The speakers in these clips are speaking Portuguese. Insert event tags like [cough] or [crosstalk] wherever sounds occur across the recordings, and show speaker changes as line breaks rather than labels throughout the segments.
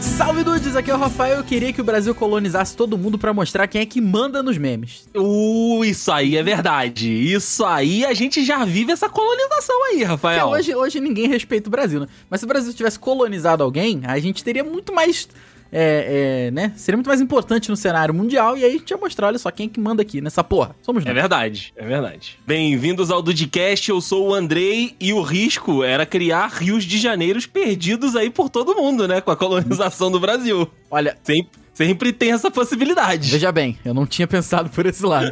Salve dudes, aqui é o Rafael. Eu queria que o Brasil colonizasse todo mundo pra mostrar quem é que manda nos memes.
Uh, isso aí é verdade. Isso aí a gente já vive essa colonização aí,
Porque
Rafael.
hoje, hoje ninguém respeita o Brasil, né? Mas se o Brasil tivesse colonizado alguém, a gente teria muito mais. É, é, né? Seria muito mais importante no cenário mundial e aí a gente ia mostrar, olha só, quem é que manda aqui nessa porra. Somos
É
nós.
verdade, é verdade. Bem-vindos ao Dudcast, eu sou o Andrei e o risco era criar rios de janeiros perdidos aí por todo mundo, né? Com a colonização do Brasil.
Olha,
Sempre, sempre tem essa possibilidade.
veja bem, eu não tinha pensado por esse lado.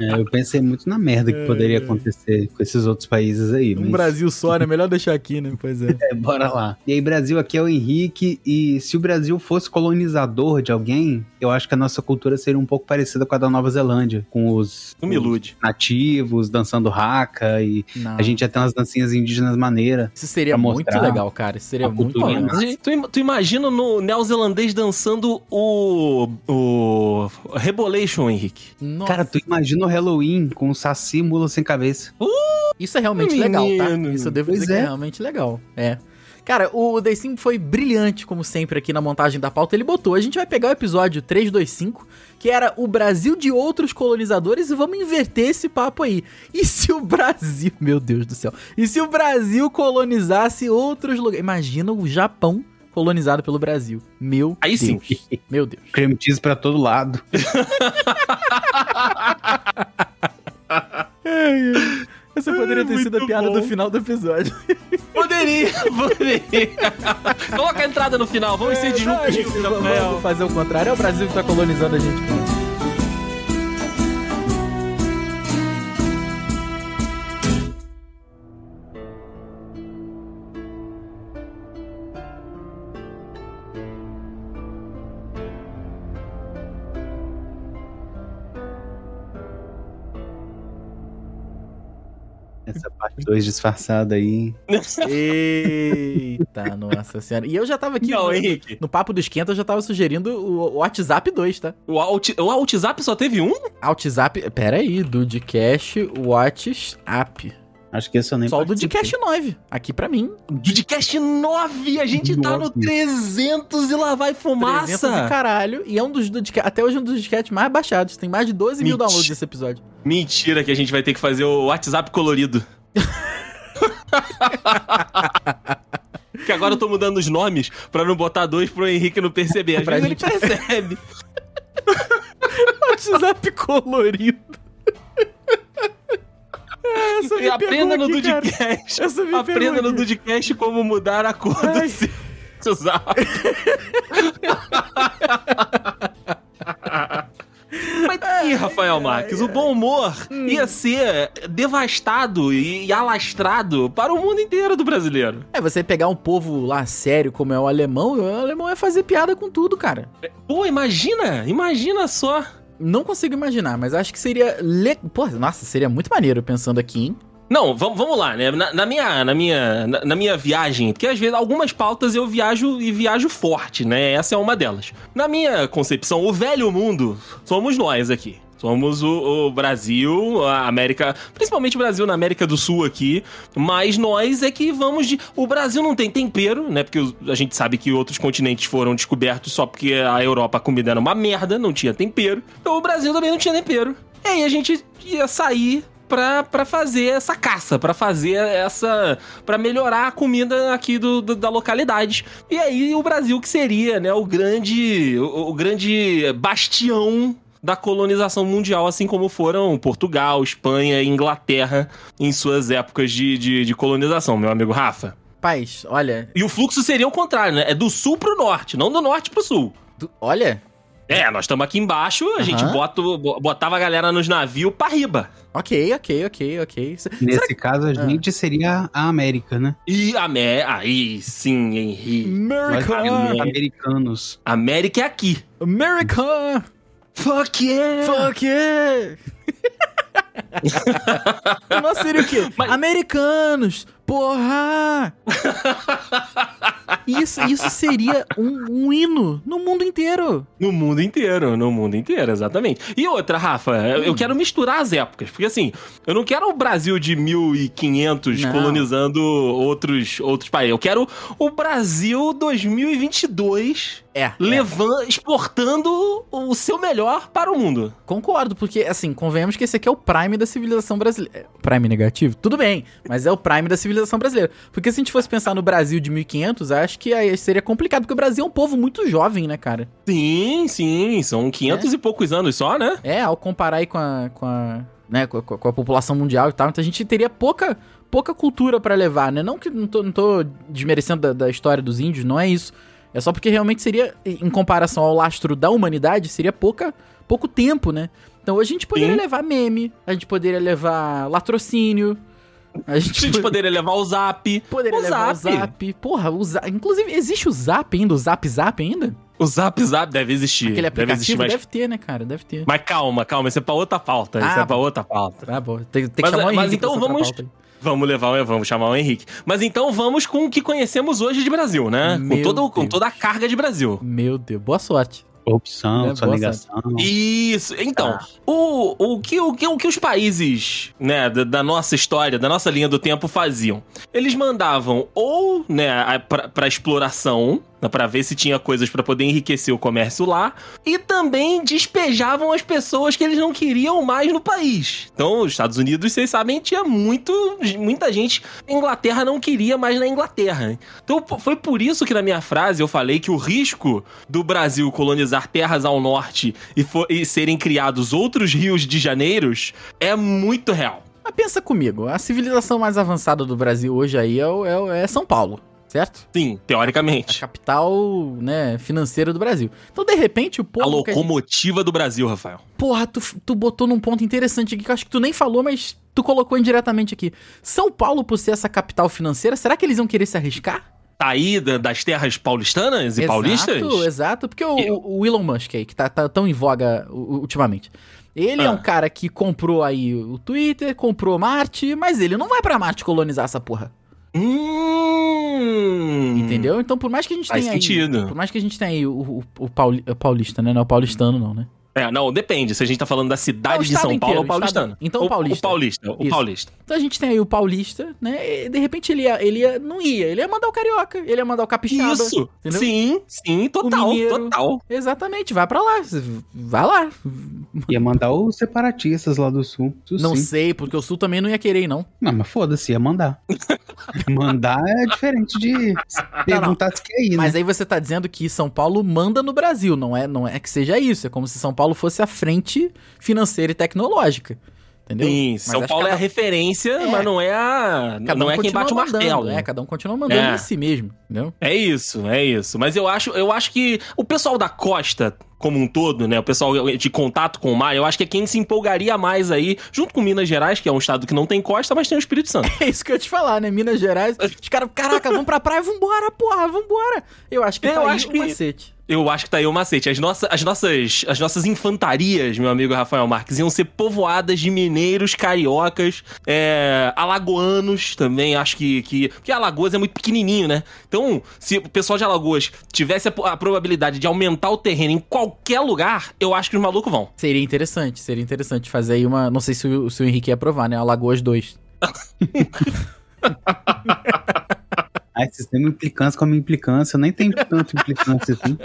É, eu pensei muito na merda que poderia acontecer com esses outros países
[laughs]
aí.
Um
mas-
É. Brasil só, né? Melhor deixar aqui, né? Pois é.
É, bora lá. E aí, Brasil, aqui é o Henrique. E se o Brasil fosse colonizador de alguém, eu acho que a nossa cultura seria um pouco parecida com a da Nova Zelândia. Com os,
Não me ilude.
os nativos dançando raca e
Não.
a gente ia ter umas dancinhas indígenas maneira.
Isso seria
Pra
muito
mostrar
legal, cara. Isso seria
a
muito
cultura,
legal.
né?
Mas, Tu, im- tu imagina no neozelandês dançando o. o. Rebolation, Henrique.
Nossa,
Cara, tu imagina o Halloween com o saci e mula sem cabeça.
Isso é realmente legal, tá?
Menino.
Isso eu devo
Pois
dizer que é
é.
realmente legal. É. Cara, o The Sim foi brilhante, como sempre, aqui na montagem da pauta. Ele botou. A gente vai pegar o episódio 325, que era o Brasil de outros colonizadores, e vamos inverter esse papo aí. E se o Brasil. [laughs] Meu Deus do céu. E se o Brasil colonizasse outros lugares? Imagina o Japão colonizado pelo Brasil. Meu
Aí sim.
Deus. Meu
[laughs]
Deus.
Creme cheese pra todo lado.
Essa poderia ter
É, muito
sido a piada
bom.
do final do episódio. [laughs]
Poderia, poderia. Coloca a entrada no final, vamos
É,
ser disruptivos, Rafael.
Vamos fazer o contrário. É o Brasil que tá colonizando a gente.
Essa parte 2 disfarçada aí.
Eita, [laughs] nossa senhora. E eu já tava aqui
Não,
no,
Henrique.
no papo do esquenta, eu já tava sugerindo o, o WhatsApp 2, tá?
O, Alt, o WhatsApp só teve um?
WhatsApp, pera aí, do Dcast WhatsApp.
Acho que esse eu nem
Só o do
participei.
Dcast 9. Aqui pra mim,
Dudcast 9, a gente tá no
Nove.
300 e lá vai
300 e
fumaça.
caralho. E é um dos Dudcast, até hoje é um dos Dcast mais baixados. Tem mais de 12 mil
Mentira.
downloads desse episódio. [laughs]
Mentira que a gente vai ter que fazer o WhatsApp colorido. que agora eu tô mudando os nomes pra não botar dois pro Henrique não perceber. Às
Pra
vezes ele
[laughs]
percebe.
WhatsApp colorido. [laughs] É, Essa
E
me pegou
aprenda no
aqui, cara.
Dudcast.
Essa me pegou
Aprenda no
aqui.
Dudcast como mudar a cor
Ai.
do seu WhatsApp. Mas tá aí, Rafael Marques, o bom humor ia ser devastado e e alastrado para o mundo inteiro do brasileiro.
É, você pegar um povo lá sério como é o alemão, o alemão é fazer piada com tudo, cara.
Pô, imagina, imagina só.
Não consigo imaginar, mas acho que seria. Le... Pô, nossa, seria muito maneiro pensando aqui, hein?
Não, vamos vamos lá, né? Na, na minha, na, minha, na, na minha viagem, porque às vezes algumas pautas eu viajo e viajo forte, né? Essa é uma delas. Na minha concepção, o velho mundo somos nós aqui. Somos o, o Brasil, a América, principalmente o Brasil na América do Sul aqui, mas nós é que vamos de. O Brasil não tem tempero, né? Porque os- a gente sabe que outros continentes foram descobertos só porque a Europa a comida era uma merda, não tinha tempero. Então o Brasil também não tinha tempero. E aí a gente ia sair pra, pra fazer essa caça, pra fazer essa. pra melhorar a comida aqui do, do- da localidade. E aí o Brasil que seria, né, o grande. o, o grande bastião da colonização mundial, assim como foram Portugal, Espanha e Inglaterra em suas épocas de, de, de colonização, meu amigo Rafa.
Paz, olha.
E o fluxo seria o contrário, né? É do sul pro norte, não do norte pro sul.
tu- olha.
É, nós estamos aqui embaixo, a gente
Aham.
bota, o- botava a galera nos navios pra riba.
Ok, ok, ok, ok. Se-
Nesse caso, a
Ah.
gente seria a América, né?
E a Amé... Aí sim, Henrique.
Nós
America!
seríamos americanos.
América é aqui.
America!
Fuck yeah! [laughs]
Fuck yeah! O nosso seria o quê?
Mas-
Americanos!
[laughs]
Porra! Isso, isso seria um, um hino no mundo inteiro.
No mundo inteiro, no mundo inteiro, exatamente. E outra, Rafa, eu eu quero misturar as épocas, porque assim, eu não quero o Brasil de 1500
Não.
colonizando outros, outros países. Eu quero o Brasil 2022
É.
levando, exportando o seu melhor para o mundo.
é. Concordo, porque, assim, convenhamos que esse aqui é o prime da civilização brasileira. É, Prime negativo? Tudo bem, mas é o prime da civilização brasileira. Porque se a gente fosse pensar no Brasil de 1500, acho que aí seria complicado, porque o Brasil é um povo muito jovem, né, cara?
Sim, sim, são 500 e poucos anos só, né?
É, ao comparar aí com a, com a, né, com a, com a população mundial e tal, então a gente teria pouca, pouca cultura pra levar, né? Não que não tô, não tô desmerecendo da, da história dos índios, não é isso. É só porque realmente seria, em em comparação ao lastro da humanidade, seria pouca, pouco tempo, né? Então hoje a gente poderia
Sim.
levar meme, a gente poderia levar latrocínio, a
[laughs] A
gente
gente poderia levar o zap.
poderia
o
levar
Zap.
o zap. Porra, o zap. Inclusive, existe o zap ainda, o zap zap ainda?
O zap zap deve existir.
Aquele
deve existir,
aplicativo
mas...
deve, ter, né, cara? Deve ter.
mas calma, calma, isso é pra outra pauta. isso
Ah,
é pra outra pauta.
Ah, bom. Tem, tem que
Mas-
chamar o
mas
Henrique
então
pra essa outra
vamos-
pauta aí.
Vamos levar, vamos chamar o Henrique. Mas então vamos com o que conhecemos hoje de Brasil, né? Com,
Meu
todo, com
Deus.
toda a carga de Brasil.
Meu Deus, boa sorte.
Corrupção,
Né,
sonegação.
Isso. Então, o, o, que, o, que, o que os países, né, da, da nossa história, da nossa linha do tempo faziam? Eles mandavam ou, né, a- pra, pra exploração, né, pra ver se tinha coisas pra poder enriquecer o comércio lá, e também despejavam as pessoas que eles não queriam mais no país. Então, os Estados Unidos, vocês sabem, tinha muito, muita gente. A Inglaterra não queria mais na Inglaterra. hein? Então, po- foi por isso que na minha frase eu falei que o risco do Brasil colonizar terras ao norte e, fo- e serem criados outros rios de janeiros é muito real.
Mas pensa comigo, a civilização mais avançada do Brasil hoje aí é, o- é o- é São Paulo, certo? É
Sim,
A
teoricamente.
capital, né, financeira do Brasil. Então, de repente, o
A
povo... que gente-
locomotiva do Brasil, Rafael.
Porra, tu, tu botou num ponto interessante aqui que eu acho que tu nem falou, mas tu colocou indiretamente aqui. São Paulo, por ser essa capital financeira, será que eles iam querer se arriscar?
Saída Tá das terras paulistanas e
exato,
paulistas?
Exato, porque o,
Eu-
o Elon Musk aí, que tá, tá tão em voga u- ultimamente, ele é
Ah.
um cara que comprou aí o Twitter, comprou Marte, mas ele não vai pra Marte colonizar essa porra.
Hum.
Entendeu? Então, por mais que a gente
Faz
tenha aí. tipo
sentido.
Por mais que a gente tenha aí o, o- o pauli- o paulista, né? Não é o paulistano, não, né?
É, não, depende. Se a gente tá falando da
É,
cidade
o
de
estado
São
inteiro,
Paulo, é
o
o
estado-
paulistano.
então, o paulista.
O paulista, o
Isso.
paulista.
Então a gente tem aí o paulista, né? E, de repente ele ia, ele ia. Não ia, ele ia mandar o carioca, ele ia mandar o capixaba.
Isso.
entendeu?
Sim, sim, total,
mineiro.
total.
Exatamente, vai pra lá. Vai lá.
Ia mandar os separatistas lá do sul. Isso
Não
sim.
sei, porque o Sul também não ia querer, ir, não.
Não, mas foda-se,
[laughs]
ia mandar. mandar é diferente de perguntar se quer ir, né?
Mas aí você tá dizendo que São Paulo manda no Brasil, não é, não é que seja isso. É como se São Paulo fosse a frente financeira e tecnológica. Entendeu?
Sim,
Mas
São
acho
Paulo
que
é a
cada-
referência,
É.
mas não é a.
Cada
não
um
é quem
continua
bate o
mandando,
martelo.
É,
né?
cada um continua mandando
É.
em si mesmo, entendeu?
É isso, é isso. Mas eu acho, eu acho que o pessoal da costa como um todo, né? O pessoal de contato com o mar, eu acho que é quem se empolgaria mais aí, junto com Minas Gerais, que é um estado que não tem costa, mas tem o Espírito Santo.
É isso que eu ia te falar, né? Minas Gerais, os caras, caraca, vamos pra praia, vambora, porra, vambora. Eu acho que
Eu
tá aí
acho
um
que-
macete.
Eu acho que tá aí o macete. As nossas, as nossas, as nossas infantarias, meu amigo Rafael Marques, iam ser povoadas de mineiros, cariocas, é, alagoanos também. Acho que, que. Porque Alagoas é muito pequenininho, né? Então, se o pessoal de Alagoas tivesse a, po- a probabilidade de aumentar o terreno em qualquer lugar, eu acho que os malucos vão.
Seria interessante, seria interessante fazer aí uma. Não sei se o, se o Henrique ia aprovar, né? Alagoas
[laughs]
2.
Ai, vocês têm uma implicância com a minha implicância. Eu nem tenho tanta
[laughs]
implicância assim.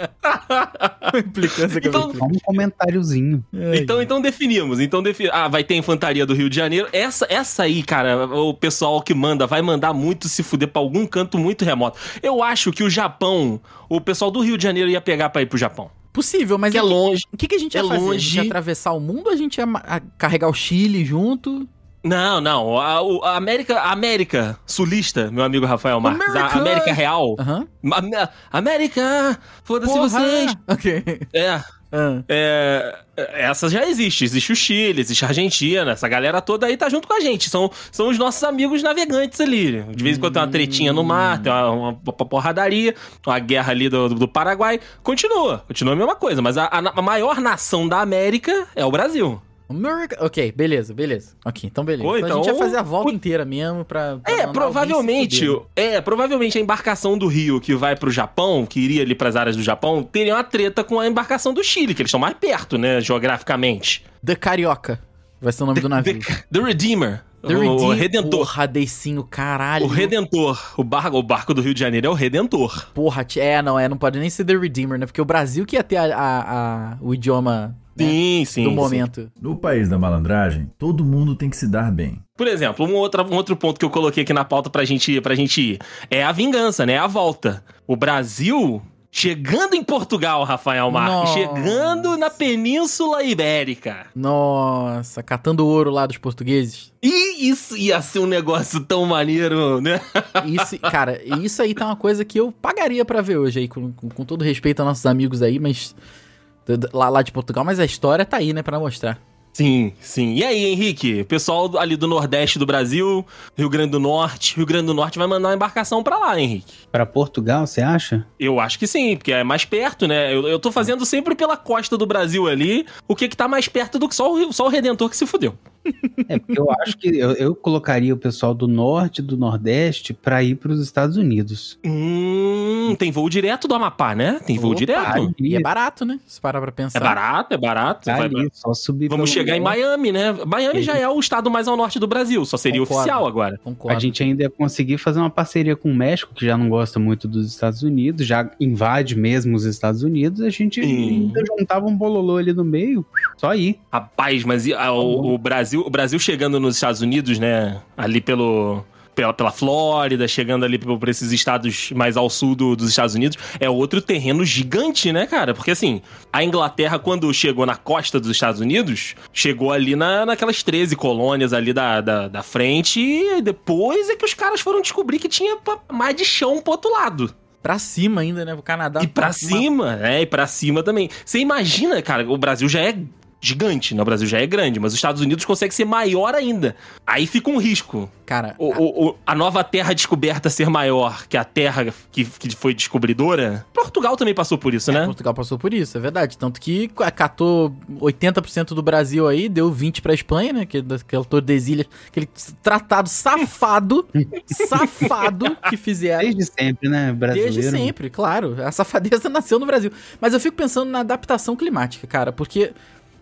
Implicância
que eu Então-
Só um comentáriozinho.
Então, então definimos. Então defini Ah, vai ter a infantaria do Rio de Janeiro. Essa, essa aí, cara, o pessoal que manda vai mandar muito se fuder pra algum canto muito remoto. Eu acho que o Japão, o pessoal do Rio de Janeiro ia pegar pra ir pro Japão.
Possível, mas
Que é
o que-
longe.
O que, que a gente ia
É
fazer? A gente ia
longe.
atravessar o mundo ou a gente ia ma- a- carregar o Chile junto?
Não, não. A, o- a América, a América sulista, meu amigo Rafael Marques.
America!
A América real.
Aham.
Am- América! Foda-se
Porra!
vocês!
[laughs] Ok.
É.
Ah.
É, essa já existe. Existe o Chile, existe a Argentina. Essa galera toda aí tá junto com a gente. São, são os nossos amigos navegantes ali. De vez em quando tem uma tretinha no mar, tem uma, uma po- porradaria, uma guerra ali do, do Paraguai. Continua, continua a mesma coisa. Mas a, a na- a maior nação da América é o Brasil.
America. Ok, beleza, beleza. Ok, então beleza.
Ou
a gente
então-
vai fazer a volta inteira mesmo pra. pra
É,
mandar
provavelmente,
alguém se fuder.
é, provavelmente a embarcação do Rio que vai pro Japão, que iria ali pras áreas do Japão, teria uma treta com a embarcação do Chile, que eles estão mais perto, né, geograficamente.
The Carioca. Vai ser o nome do navio.
The Redeemer,
The
o, o
Redeem-
Redentor.
Porra, Deicinho, caralho.
O Redentor. O barco, o barco do Rio de Janeiro é o Redentor.
Porra, ti- é, não, é, não pode nem ser The Redeemer, né? Porque o Brasil que ia ter a, a- a- o idioma né,
Sim, sim.
do
sim.
momento.
No país da malandragem, todo mundo tem que se dar bem.
Por exemplo, um outro, um outro ponto que eu coloquei aqui na pauta pra gente, pra gente ir é a vingança, né? A volta. O Brasil chegando em Portugal, Rafael
Nossa.
Marques, chegando na Península Ibérica.
Nossa, catando ouro lá dos portugueses.
E isso ia ser um negócio tão maneiro, né? [laughs]
Isso, cara, isso aí tá uma coisa que eu pagaria pra ver hoje aí, com, com- com todo respeito a nossos amigos aí, mas. d- d- Lá, lá de Portugal, mas a história tá aí, né, pra mostrar.
Sim, sim. E aí, Henrique? Pessoal ali do Nordeste do Brasil, Rio Grande do Norte. Rio Grande do Norte vai mandar uma embarcação pra lá, Henrique.
Pra Portugal, você acha?
Eu acho que sim, porque é mais perto, né? Eu, eu tô fazendo sempre pela costa do Brasil ali, o que que tá mais perto do que só o, Rio- só o Redentor que se fudeu.
É, porque eu acho que eu, eu colocaria o pessoal do norte, do nordeste, pra ir pros Estados Unidos.
Hum, tem voo direto do Amapá, né? Tem voo
Opa,
direto.
E é barato, né? Se parar pra pensar.
É barato, é barato.
Tá
Vai-
ali, só subir
Vamos
pelo
chegar em
norte.
Miami, né? Miami já é o estado mais ao norte do Brasil, só seria
Concordo.
oficial agora.
Concordo.
A gente ainda ia conseguir fazer uma parceria com o México, que já não gosta muito dos Estados Unidos, já invade mesmo os Estados Unidos, a gente
Sim.
ainda juntava um bololô ali no meio, só ir.
Rapaz, mas e- ah, o, o Brasil, o Brasil chegando nos Estados Unidos, né? Ali pelo pela, pela Flórida, chegando ali por, por esses estados mais ao sul do- dos Estados Unidos, é outro terreno gigante, né, cara? Porque assim, a Inglaterra quando chegou na costa dos Estados Unidos, chegou ali na, naquelas 13 colônias ali da, da, da frente e depois é que os caras foram descobrir que tinha pa- mais de chão pro outro lado.
Pra cima ainda, né? O Canadá.
E pra
uma-
cima, né? E pra cima também. Você imagina, cara, o Brasil já é gigante, né? O Brasil já é grande, mas os Estados Unidos consegue ser maior ainda. Aí fica um risco.
Cara,
O, o- o- a nova terra descoberta ser maior que a terra que, que foi descobridora. Portugal também passou por isso, né?
É, Portugal passou por isso, é verdade. Tanto que ca- catou 80% do Brasil aí, deu 20% pra Espanha, né? Aquele, aquele Tordesilhas, aquele tratado
[laughs]
safado, safado que fizeram.
Desde sempre, né, brasileiro?
Desde sempre, claro. A safadeza [laughs] nasceu no Brasil. Mas eu fico pensando na adaptação climática, cara, porque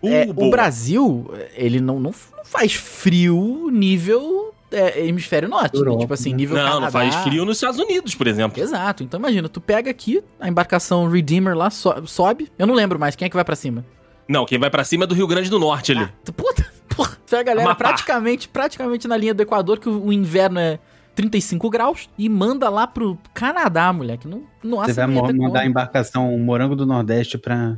é,
Uh,
o
boa.
Brasil, ele não, não f- não faz frio nível é, hemisfério norte, né?
Europa,
tipo assim,
né?
nível
Não,
Canadá.
não faz frio nos Estados Unidos, por exemplo.
Exato, então imagina, tu pega aqui, a embarcação Redeemer lá so- sobe. Eu não lembro mais quem é que vai pra cima.
Não, quem vai pra cima é do Rio Grande do Norte ali.
[laughs] Ah, tu- puta, porra, tu é a galera
Amapá.
praticamente, praticamente na linha do Equador, que o o inverno é 35 graus, e manda lá pro Canadá, moleque. Não, nossa,
Você vai
não ia
mo-
ter como.
mandar a embarcação um Morango do Nordeste pra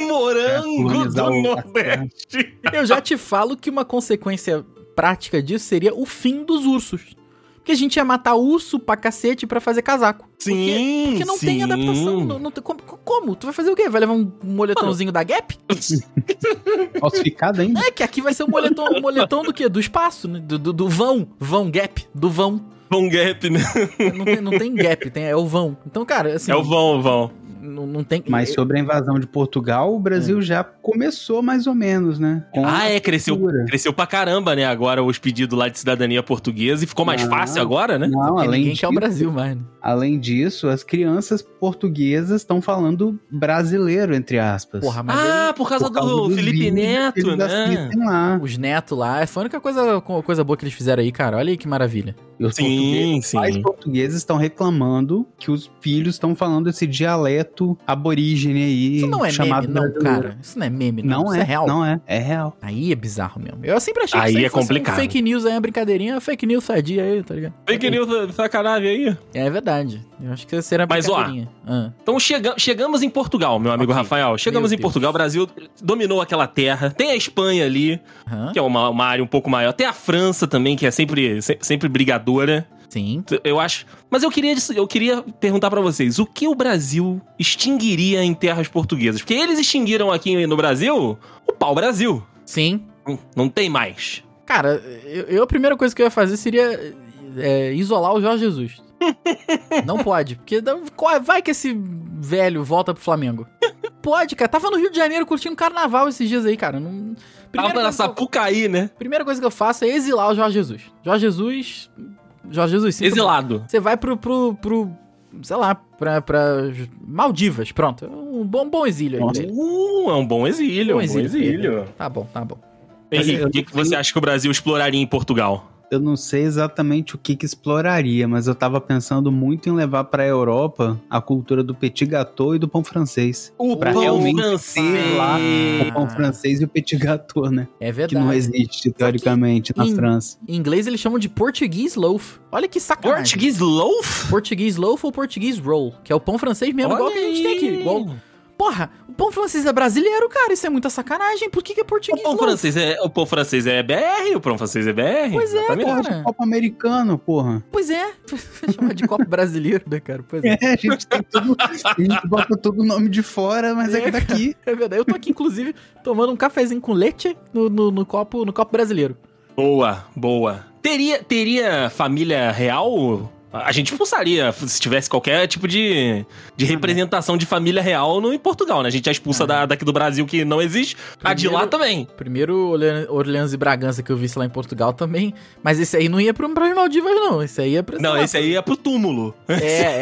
Morango
É, colonizar
do
o-
Nordeste.
Eu já te falo que uma consequência prática disso seria o fim dos ursos. Porque a gente ia matar urso pra cacete pra fazer casaco.
Sim,
Porque não tem
sim.
adaptação. Não, não tem- como, como? Tu vai fazer o quê? Vai levar um moletãozinho da Gap?
falsificada
[laughs]
ainda.
É que aqui vai ser o moletom, o moletom do quê? Do espaço, né? Do, do, do vão. Vão, gap. Do vão.
Bom gap, né?
Não tem, não tem gap, tem, é o vão. Então, cara, assim.
É o vão, vão.
Não, não tem.
Mas sobre a invasão de Portugal, o Brasil
É.
já começou mais ou menos, né? Com
Ah, é, cresceu,
cultura.
cresceu pra caramba, né? Agora os pedidos lá de cidadania portuguesa e ficou mais
Ah.
fácil agora, né?
Não,
Porque
além
ninguém
disso,
quer o Brasil mais, né?
além disso, as crianças portuguesas estão falando brasileiro, entre aspas.
Porra, mas
Ah, por causa,
Por causa
do
dos
Felipe
vídeos que
Neto,
eles
né?
assistem lá.
aí, os netos lá. Foi a única coisa, co- coisa boa que eles fizeram aí, cara. Olha aí que maravilha.
E os portugueses-
Sim,
Pais
sim.
portugueses estão reclamando que os filhos estão falando esse dialeto aborígene aí.
Isso não é
chamado
meme, não,
brasileiro.
cara. Isso não é meme, não.
Não,
Isso
é,
é real.
Não é, é real.
Aí é bizarro mesmo. Eu sempre achei
Aí
que isso
é
fosse um
complicado.
fake news aí, uma brincadeirinha. Fake news sadia aí, tá ligado?
Fake news, sacanagem aí.
É verdade. Eu acho que seria uma
Mas, ó,
brincadeirinha. Ah.
Então chega- chegamos em Portugal, meu amigo
Ok.
Rafael. Chegamos
Meu
em
Deus.
Portugal. O Brasil dominou aquela terra. Tem a Espanha ali,
Aham.
que é uma, uma área um pouco maior. Tem a França também, que é sempre, se- sempre brigadora.
Sim.
Eu acho. Mas eu queria, eu queria perguntar pra vocês: o que o Brasil extinguiria em terras portuguesas? Porque eles extinguiram aqui no Brasil o pau-brasil.
Sim.
Não- Não tem mais.
Cara, eu, eu- a primeira coisa que eu ia fazer seria é, isolar o Jorge
[laughs]
Jesus. Não pode, porque dá- qual- é, vai que esse velho volta pro Flamengo. Pode, cara. Tava no Rio de Janeiro curtindo carnaval esses dias aí, cara. Não, Primeira
Tava na
coisa que eu-
Sapucaí, né?
Primeira coisa que eu faço é exilar o Jorge Jesus. Jorge Jesus. Jorge Jesus. sinto
Exilado.
Você vai pro, pro, pro sei lá, pra, pra J- Maldivas, pronto. Um bom, bom exílio aí. pra ele.
Uh, é um bom exílio, um bom exílio.
Tá bom, tá bom.
Henrique,
Eu-
o que, que você acha que o Brasil exploraria em Portugal?
Eu não sei exatamente o que, que exploraria, mas eu tava pensando muito em levar pra Europa a cultura do petit gâteau e do pão francês.
O
Pra realmente
Ah.
ter lá o pão francês e o petit gâteau, né?
É
Que
verdade.
não existe, teoricamente, na
Em-
França.
Em inglês eles chamam de português loaf. Olha que sacanagem.
Português loaf?
Português loaf ou português roll, que é o pão francês mesmo, igual
Olha
que a gente tem aqui.
aí.
Igual... Porra, o pão francês é brasileiro, cara, isso é muita sacanagem. Por que, que é
O
português
pão,
loaf?
francês é, o pão francês é BR, o pão francês é BR.
Pois é,
exatamente.
cara.
Porra, Copa Tipo, americano, porra.
Pois é. [laughs] Chama de copo brasileiro, né, cara? Pois é.
É, a gente tem tudo. A gente bota todo o nome de fora, mas é,
É,
que daqui.
É verdade. Eu tô aqui, inclusive, tomando um cafezinho com leite no, no, no copo, no copo brasileiro.
Boa, boa. Teria, teria família real? A gente expulsaria se tivesse qualquer tipo de, de representação de família real no, em Portugal, né? A gente já expulsa da, daqui do Brasil que não existe, a de lá
Primeiro-
também.
Primeiro Orle- Orleans e Bragança que eu vi sei lá em Portugal também. Mas esse aí não ia pra, pras Maldivas, não. Esse aí ia pra. sei
Não,
lá,
esse aí é pro túmulo.
É,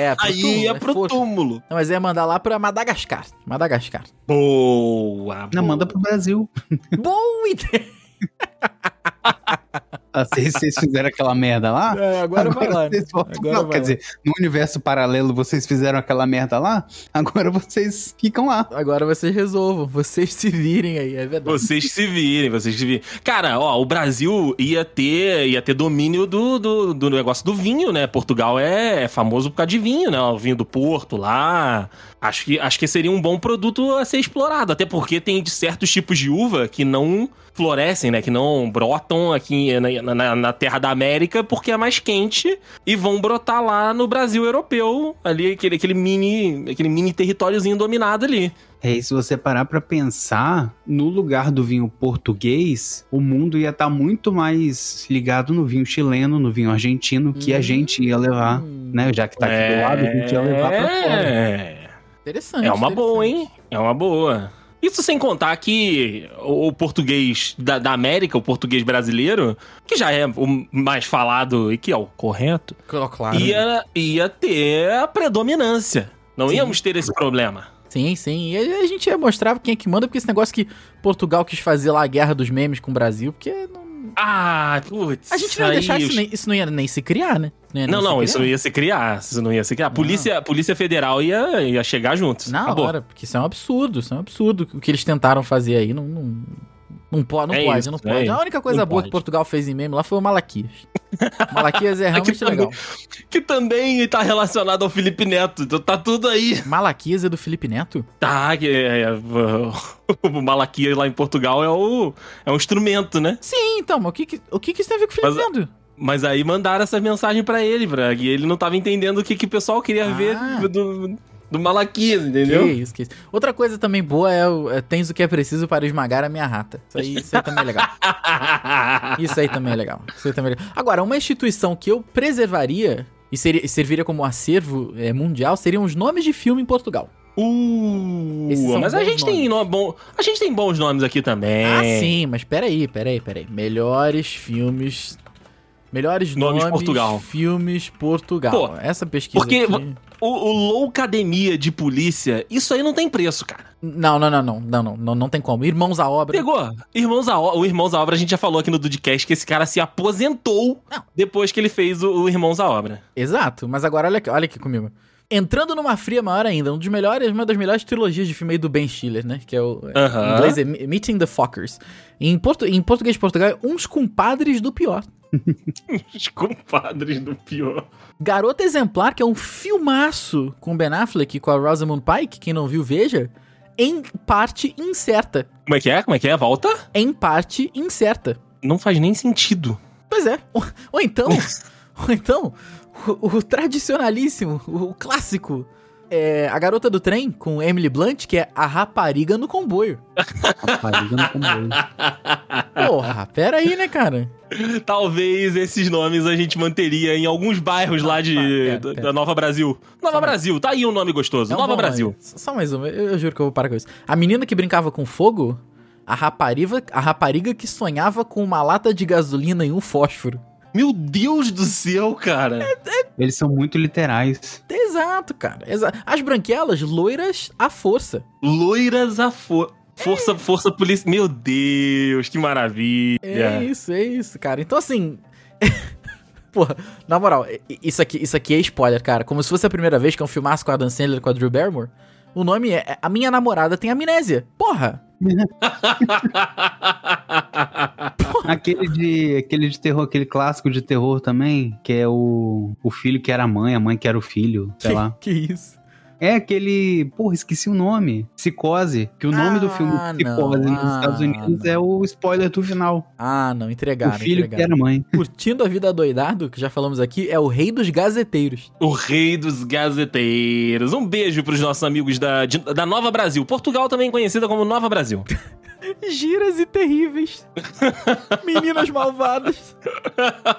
é. pro túmulo,
Aí é
né?
pro
Fofo.
túmulo.
Não, mas ia mandar lá pra Madagascar. Madagascar.
Boa, boa.
Não, manda pro Brasil.
Boa ideia!
Ah, Vocês vocês fizeram aquela merda lá?
[laughs] É, agora, vai lá. né?
vocês voltam-
Agora
não,
vai
quer
lá.
dizer, no universo paralelo vocês fizeram aquela merda lá, agora vocês ficam lá.
Agora vocês resolvam. Vocês se virem aí, é verdade.
Vocês se virem, vocês se virem. Cara, ó, o Brasil ia ter, ia ter domínio do, do, do negócio do vinho, né? Portugal é, é famoso por causa de vinho, né? O vinho do Porto lá. Acho que, acho que seria um bom produto a ser explorado, até porque tem de certos tipos de uva que não florescem, né? Que não brotam aqui na, na- na terra da América porque é mais quente e vão brotar lá no Brasil europeu, ali aquele, aquele mini, aquele mini territóriozinho dominado ali.
É, e se você parar pra pensar, no lugar do vinho português, o mundo ia estar muito mais ligado no vinho chileno, no vinho argentino, que a
Hum.
gente ia levar,
Hum,
né? Já que tá aqui do lado, a gente ia levar pra fora.
É.
Interessante.
É uma
interessante.
boa, hein? É uma boa. Isso sem contar que o o português da, da América, o português brasileiro, que já é o mais falado e que é o correto,
Claro, claro.
ia, ia ter a predominância. Não
Sim.
íamos ter esse problema.
Sim, sim. E aí a gente ia mostrar quem é que manda, porque esse negócio que Portugal quis fazer lá a guerra dos memes com o Brasil, porque não-
Ah, putz.
a gente não ia
aí
deixar
os-
isso, nem, isso não ia nem se criar, né? ia nem
Não,
se
não,
criar.
isso não ia se criar. Isso não ia se criar. A polícia, a polícia Federal ia, ia chegar junto.
Na
Acabou.
hora, porque isso é um absurdo, isso é um absurdo. O que eles tentaram fazer aí não. Não, não po- não pode,
É
não
isso, é
pode.
isso.
a única coisa
Não
boa
pode.
que Portugal fez em meme lá foi o
[laughs]
Malaquias. Malaquias é realmente
Que também-
legal.
Que também tá relacionado ao Felipe Neto. Então tá tudo aí.
Malaquias é do Felipe Neto?
Tá, que é, [laughs] é, o Malaquias lá em Portugal é, o, é um instrumento, né?
Sim, então, mas o que, que- o que, que isso tem a ver com o Felipe
Mas-
Neto?
Mas aí mandaram essa mensagem pra ele, Brag, e ele não tava entendendo o que, que o pessoal queria
Ah.
ver do, do Malaquias, entendeu?
Que isso, que isso. Outra coisa também boa é, o- é tens o que é preciso para esmagar a minha rata. Isso aí, isso aí também é legal.
[laughs]
Isso aí também é legal. Isso aí também é legal. Agora, uma instituição que eu preservaria e seria- e serviria como acervo eh, mundial seriam os nomes de filme em Portugal. Esses
[laughs] uh,
são
mas a
bons
gente, tem no, bom, a gente tem bons nomes aqui também.
Ah, sim, mas peraí, peraí, peraí. Melhores filmes. Melhores
Nomes
nomes,
Portugal.
filmes Portugal.
Pô,
Essa pesquisa
porque-
aqui...
O, o Loucademia de Polícia, isso aí não tem preço, cara.
Não, não, não, não, não, não, não, não tem como. Irmãos à obra.
Pegou? Irmãos à o, o Irmãos à Obra, a gente já falou aqui no Dudcast que esse cara se aposentou
Não.
depois que ele fez o, o Irmãos à Obra.
Exato, mas agora olha aqui, olha aqui comigo. Entrando numa fria maior ainda, um dos melhores, uma das melhores trilogias de filme aí do Ben Stiller, né? Que é o.
Aham.
Em inglês é Me- Meeting the Fockers. Em, portu, em português de Portugal é Uns Compadres do Pior.
Os compadres do pior.
Garota Exemplar, que é um filmaço com Ben Affleck e com a Rosamund Pike, quem não viu, veja. Em parte incerta.
Como é que é? Como é que é? Volta?
Em parte incerta.
Não faz nem sentido.
Pois é. Ou, ou
[laughs]
então. ou então. O, o tradicionalíssimo, o, clássico. é, a Garota do Trem, com Emily Blunt, que é a rapariga no
[laughs]
comboio.
Rapariga no comboio.
Porra, pera aí, né, cara?
Talvez esses nomes a gente manteria em alguns bairros lá de,
tá, pera,
da-
pera.
da Nova Brasil. Nova
Calma.
Brasil, tá aí um nome gostoso.
É um
Nova
bom
Brasil.
nome. Só só mais uma, eu, eu juro que eu vou parar com isso. A menina que brincava com fogo, a rapariga, a rapariga que sonhava com uma lata de gasolina e um fósforo.
Meu Deus do céu, cara.
Eles são muito literais.
Exato, cara. exa- As branquelas, loiras à força.
Loiras a for... força. Força polícia. Meu Deus, que maravilha.
É isso, é isso, cara. Então, assim. [laughs] Porra, na moral, i- i- isso aqui, isso aqui é spoiler, cara. Como se fosse a primeira vez que eu filmasse com a Adam Sandler e com a Drew Barrymore. O nome é é A Minha Namorada Tem Amnésia. Porra!
Aquele de, aquele de terror, aquele clássico de terror também, que é o, o filho que era a mãe, a mãe que era o filho, sei lá.
[laughs] Que isso?
É aquele. Porra, esqueci o nome. Psicose. Que o nome do filme é
Ah,
Psicose
não.
nos
Ah,
Estados Unidos é o spoiler do final.
Ah, não, entregaram,
o filho que
entregaram.
era mãe.
Curtindo a Vida Doidado, que já falamos aqui, é o Rei dos Gazeteiros.
[laughs] O rei dos gazeteiros. Um beijo pros nossos amigos da, de- da Nova Brasil. Portugal também conhecida como Nova
[laughs]
Brasil.
Giras e
[laughs]
terríveis. Meninas malvadas.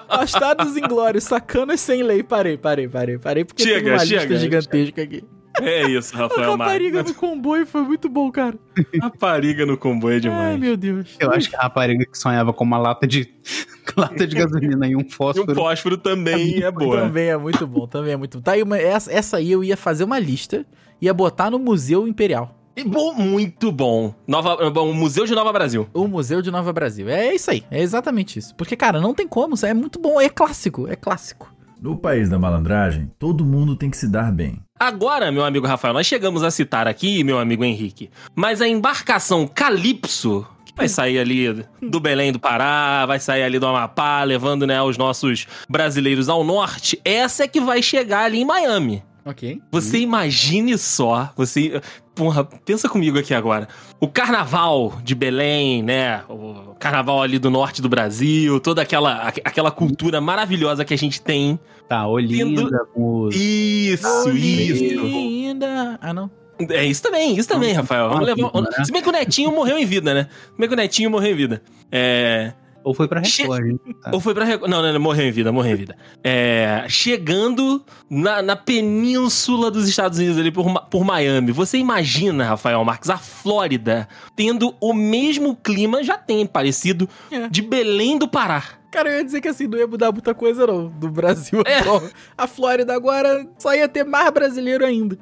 Bastados inglórios, sacanas sem lei. Parei, parei, parei, parei, porque
Chega,
tem uma
chega,
lista gigantesca aqui.
É isso,
A
Rafael Maia.
rapariga no comboio foi muito bom, cara.
Rapariga no comboio é
Ai,
demais.
meu Deus.
Eu acho que a rapariga que sonhava com uma lata de. [laughs] lata de gasolina e um
E o
fósforo.
fósforo também é boa.
Também é muito bom, também é muito bom. Tá aí uma, essa, essa aí eu ia fazer uma lista, ia botar no Museu Imperial.
E bom, muito bom. Nova, bom, Museu de Nova Brasil.
O Museu de Nova Brasil. É isso aí, é exatamente isso. Porque, cara, não tem como, isso é muito bom, é clássico, é clássico.
No país da malandragem, todo mundo tem que se dar bem.
Agora, meu amigo Rafael, nós chegamos a citar aqui, meu amigo Henrique, mas a embarcação Calypso, que vai sair ali do Belém do Pará, vai sair ali do Amapá, levando né, os nossos brasileiros ao norte, essa é que vai chegar ali em Miami.
Ok.
Você imagine só, você. Porra, pensa comigo aqui agora. O carnaval de Belém, né? O carnaval ali do norte do Brasil, toda aquela, aqu- aquela cultura maravilhosa que a gente tem.
Tá, Olinda com os.
Isso, isso.
Ainda. Ah, não.
É isso também, isso também, Rafael. Vamos
fala
levar- um,
tudo, né?
Se bem que o Netinho morreu em vida, né? Se bem que o Netinho morreu em vida. É...
Ou foi pra
Che-
Record, hein? Tá.
Ou foi pra. Record- Não, não, não, morreu em vida, morreu em vida. É... Chegando na, na península dos Estados Unidos, ali por, Ma- por Miami. Você imagina, Rafael Marques, a Flórida tendo o mesmo clima, já tem parecido,
É.
de Belém do Pará.
Cara, eu ia dizer que assim, não ia mudar muita coisa, não. Do Brasil
É.
atual. A Flórida agora só ia ter mais brasileiro ainda.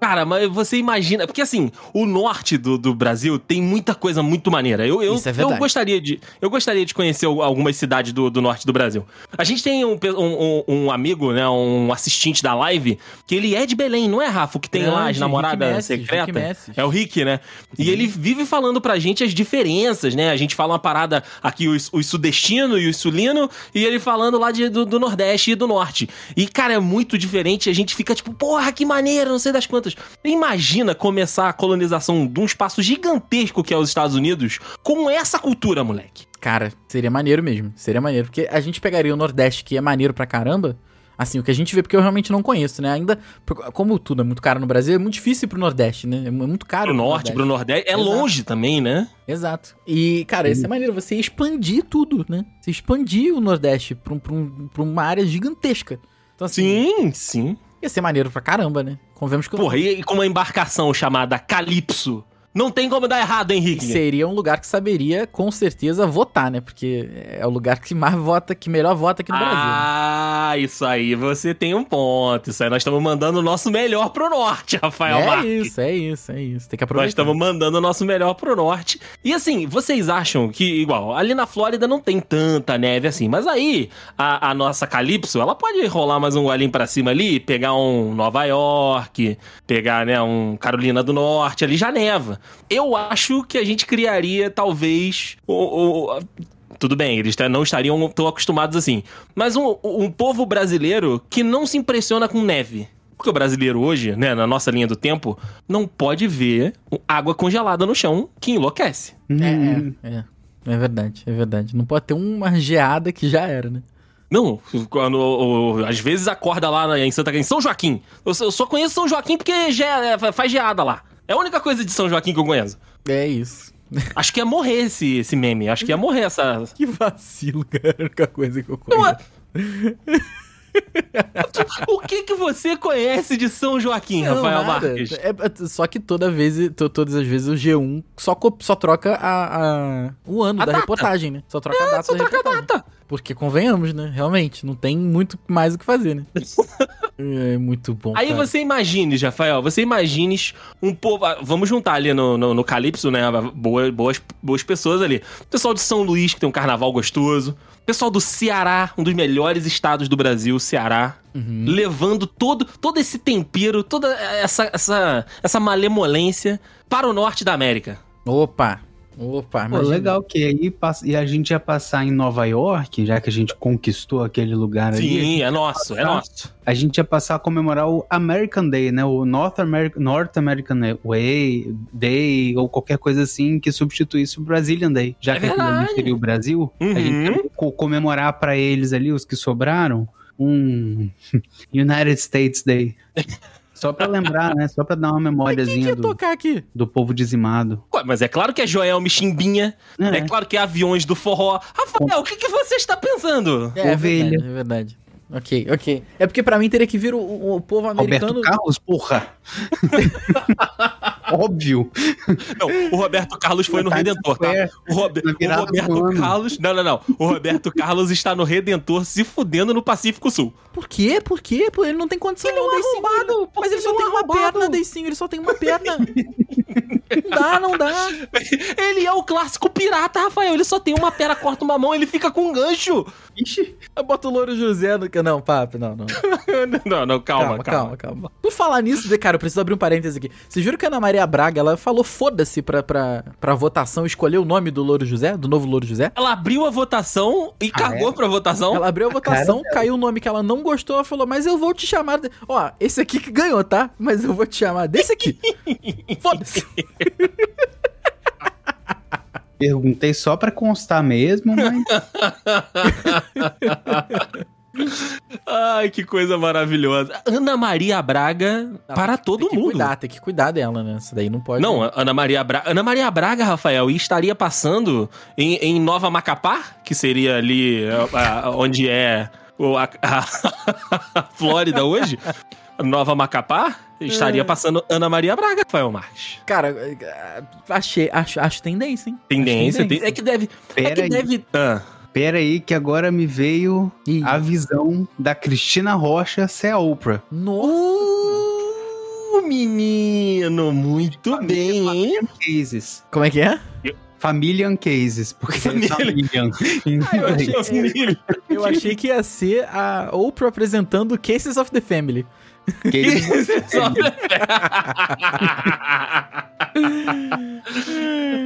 Cara, mas você imagina. Porque assim, o norte do, do Brasil tem muita coisa muito maneira. Eu, eu,
Isso é
eu
verdade.
gostaria de. Eu gostaria de conhecer al- algumas cidades do, do norte do Brasil. A gente tem um, pe- um, um- um amigo, né? Um assistente da live, que ele é de Belém, não é, Rafa? O Que tem lá
Grande,
as
Rick
namoradas
Messes, Rick
secretas.
Messes.
É o Rick, né? E ele vive falando pra gente as diferenças, né? A gente fala uma parada aqui, os, os sudestino e os sulino, e ele falando lá de- do, do Nordeste e do Norte. E, cara, é muito diferente. A gente fica tipo, porra, que maneiro, não sei das quantas. Imagina começar a colonização de um espaço gigantesco que é os Estados Unidos com essa cultura, moleque.
Cara, seria maneiro mesmo. Seria maneiro. Porque a gente pegaria o Nordeste, que é maneiro pra caramba. Assim, o que a gente vê, porque eu realmente não conheço, né? Ainda, como tudo é muito caro no Brasil, é muito difícil ir pro Nordeste, né? É mu- muito caro.
Pro Norte,
Nordeste.
pro Nordeste. É
Exato.
longe também, né?
Exato. E, cara,
Uhum.
isso é maneiro. Você expandir tudo, né? Você expandir o Nordeste pra, um- pra um- pra uma área gigantesca. Então, assim,
Sim, sim.
ia ser maneiro pra caramba, né? Convemos que
Porra, e, e com uma embarcação chamada Calypso. Não tem como dar errado, Henrique.
seria um lugar que saberia, com certeza, votar, né? Porque é o lugar que mais vota, que melhor vota aqui no Brasil. né?
Ah, isso aí você tem um ponto. Isso aí nós estamos mandando o nosso melhor pro norte, [laughs] Rafael
é
Marques.
isso, é isso, é isso. Tem que aproveitar.
Nós estamos mandando o nosso melhor pro norte. E assim, vocês acham que, igual, ali na Flórida não tem tanta neve assim, mas aí a, a nossa Calypso, ela pode rolar mais um golinho pra cima ali, pegar um Nova York, pegar, né, um Carolina do Norte, ali já neva. Eu acho que a gente criaria, talvez, o- o- tudo bem, eles tá- não estariam tão acostumados assim. Mas um, um povo brasileiro que não se impressiona com neve. Porque o brasileiro hoje, né, na nossa linha do tempo, não pode ver água congelada no chão que enlouquece.
Hum,
É, é, é. É verdade, é verdade. Não pode ter uma geada que já era, né?
Não, quando o- o- às vezes acorda lá na- em Santa Catarina, em São Joaquim. Eu, só- eu só conheço São Joaquim porque ge- é, faz geada lá. É a única coisa de São Joaquim que eu conheço.
É isso.
Acho que ia morrer esse, esse meme. Acho que ia morrer essa. [laughs]
Que vacilo, cara. A única coisa que eu
Não,
conheço.
O que que você conhece de São Joaquim,
Não,
Rafael
nada.
Marques?
É, é, só que toda vez, to- todas as vezes o G1 só, co- só troca a, a- o ano
A
da
data. É,
reportagem, né? Só troca a data
Só
da
troca a
reportagem.
data.
Porque convenhamos, né? Realmente, não tem muito mais o que fazer,
[laughs]
né? é muito bom.
Aí
cara.
você imagine, Rafael, você imagine um povo. ah, Vamos juntar ali no, no, no Calypso, né? Boas, boas, boas pessoas ali. Pessoal de São Luís, que tem um carnaval gostoso. Pessoal do Ceará, um dos melhores estados do Brasil, Ceará. Levando todo, todo esse tempero, toda essa, essa, essa malemolência para o norte da América.
Opa! Opa,
Pô,
imagina.
legal que aí passa- e a gente ia passar em Nova York, já que a gente conquistou aquele lugar ali.
Sim, é nosso, é nosso.
A gente ia passar a comemorar o American Day, né? O North, Ameri- North American Way Day, ou qualquer coisa assim que substituísse o Brazilian Day. Já
É
que aquilo ali
verdade. Uhum.
seria o Brasil, a gente ia co- comemorar pra eles ali, os que sobraram, um [laughs] United States Day. Só pra lembrar, né? Só pra dar uma
Quem que
memóriazinha
ia
do,
tocar aqui?
do povo dizimado.
Ué, Mas é claro que é Joel Michimbinha, é,
É,
claro que é aviões do forró. Rafael, o que, que você está pensando?
É,
Ovelha.
verdade, é verdade. Ok, ok. É porque pra mim teria que vir o- o, o povo
Roberto
americano.
[laughs]
Carlos, porra! Óbvio!
Não, o Roberto Carlos foi no
Times
Redentor, tá?
Square,
O, Robe-
na
o
virada do
Roberto
ano.
Carlos. Não, não, não. O Roberto [laughs] Carlos está no Redentor se fudendo no Pacífico Sul.
Por quê? Por quê? Pô, Ele não tem condição ele é arrombado, Mas ele é um só tem uma perna, Deicinho, ele só tem uma [laughs] perna. não dá, não dá.
Ele é o clássico pirata, Rafael. Ele só tem uma pera, corta uma mão, ele fica com um gancho. [laughs]
Ixi,
Bota o Louro José no. Não, papo, não, não.
Não, não, calma, calma.
Por falar nisso, cara, eu preciso abrir um parênteses aqui. Você jura que a Ana Maria Braga, ela falou foda-se pra, pra, pra votação escolher o nome do Louro José, do novo Louro José?
Ela abriu a votação e
Ah,
cagou pra votação.
Ela abriu Então, a
cara
votação, caiu o nome que ela não gostou, ela falou, mas eu vou te chamar. de- Ó, esse aqui que ganhou, tá? Mas eu vou te chamar desse [laughs] aqui. Foda-se.
perguntei só pra constar
[laughs]
mesmo, mas
Ai, que coisa maravilhosa. Ana Maria Braga para todo
tem que
mundo.
Cuidar, tem que cuidar dela, né? Isso daí não pode.
Não, a- Ana Maria, Braga, Ana Maria Braga, Rafael, e estaria passando em, em Nova Macapá, que seria ali é, a- a- onde é o- a, [laughs] a- a Flórida hoje. Nova Macapá, estaria passando Ana Maria Braga, Rafael Marques.
Cara, eh, achei, acho, acho tendência, hein?
Tendência,
Acho
tem- é que deve. É
pera
que
aí.
deve. Ah,
Pera aí que agora me veio
Ih,
a visão da Cristina Rocha ser a Oprah.
Nossa.
o Uh, menino, muito bem, hein? [laughs]
Cases.
Como é que é?
Familian Cases. Porque é
[laughs]
familian. em
Eu
inglês.
achei assim.
Eu achei que ia ser a Oprah apresentando Cases of the Family.
Cases.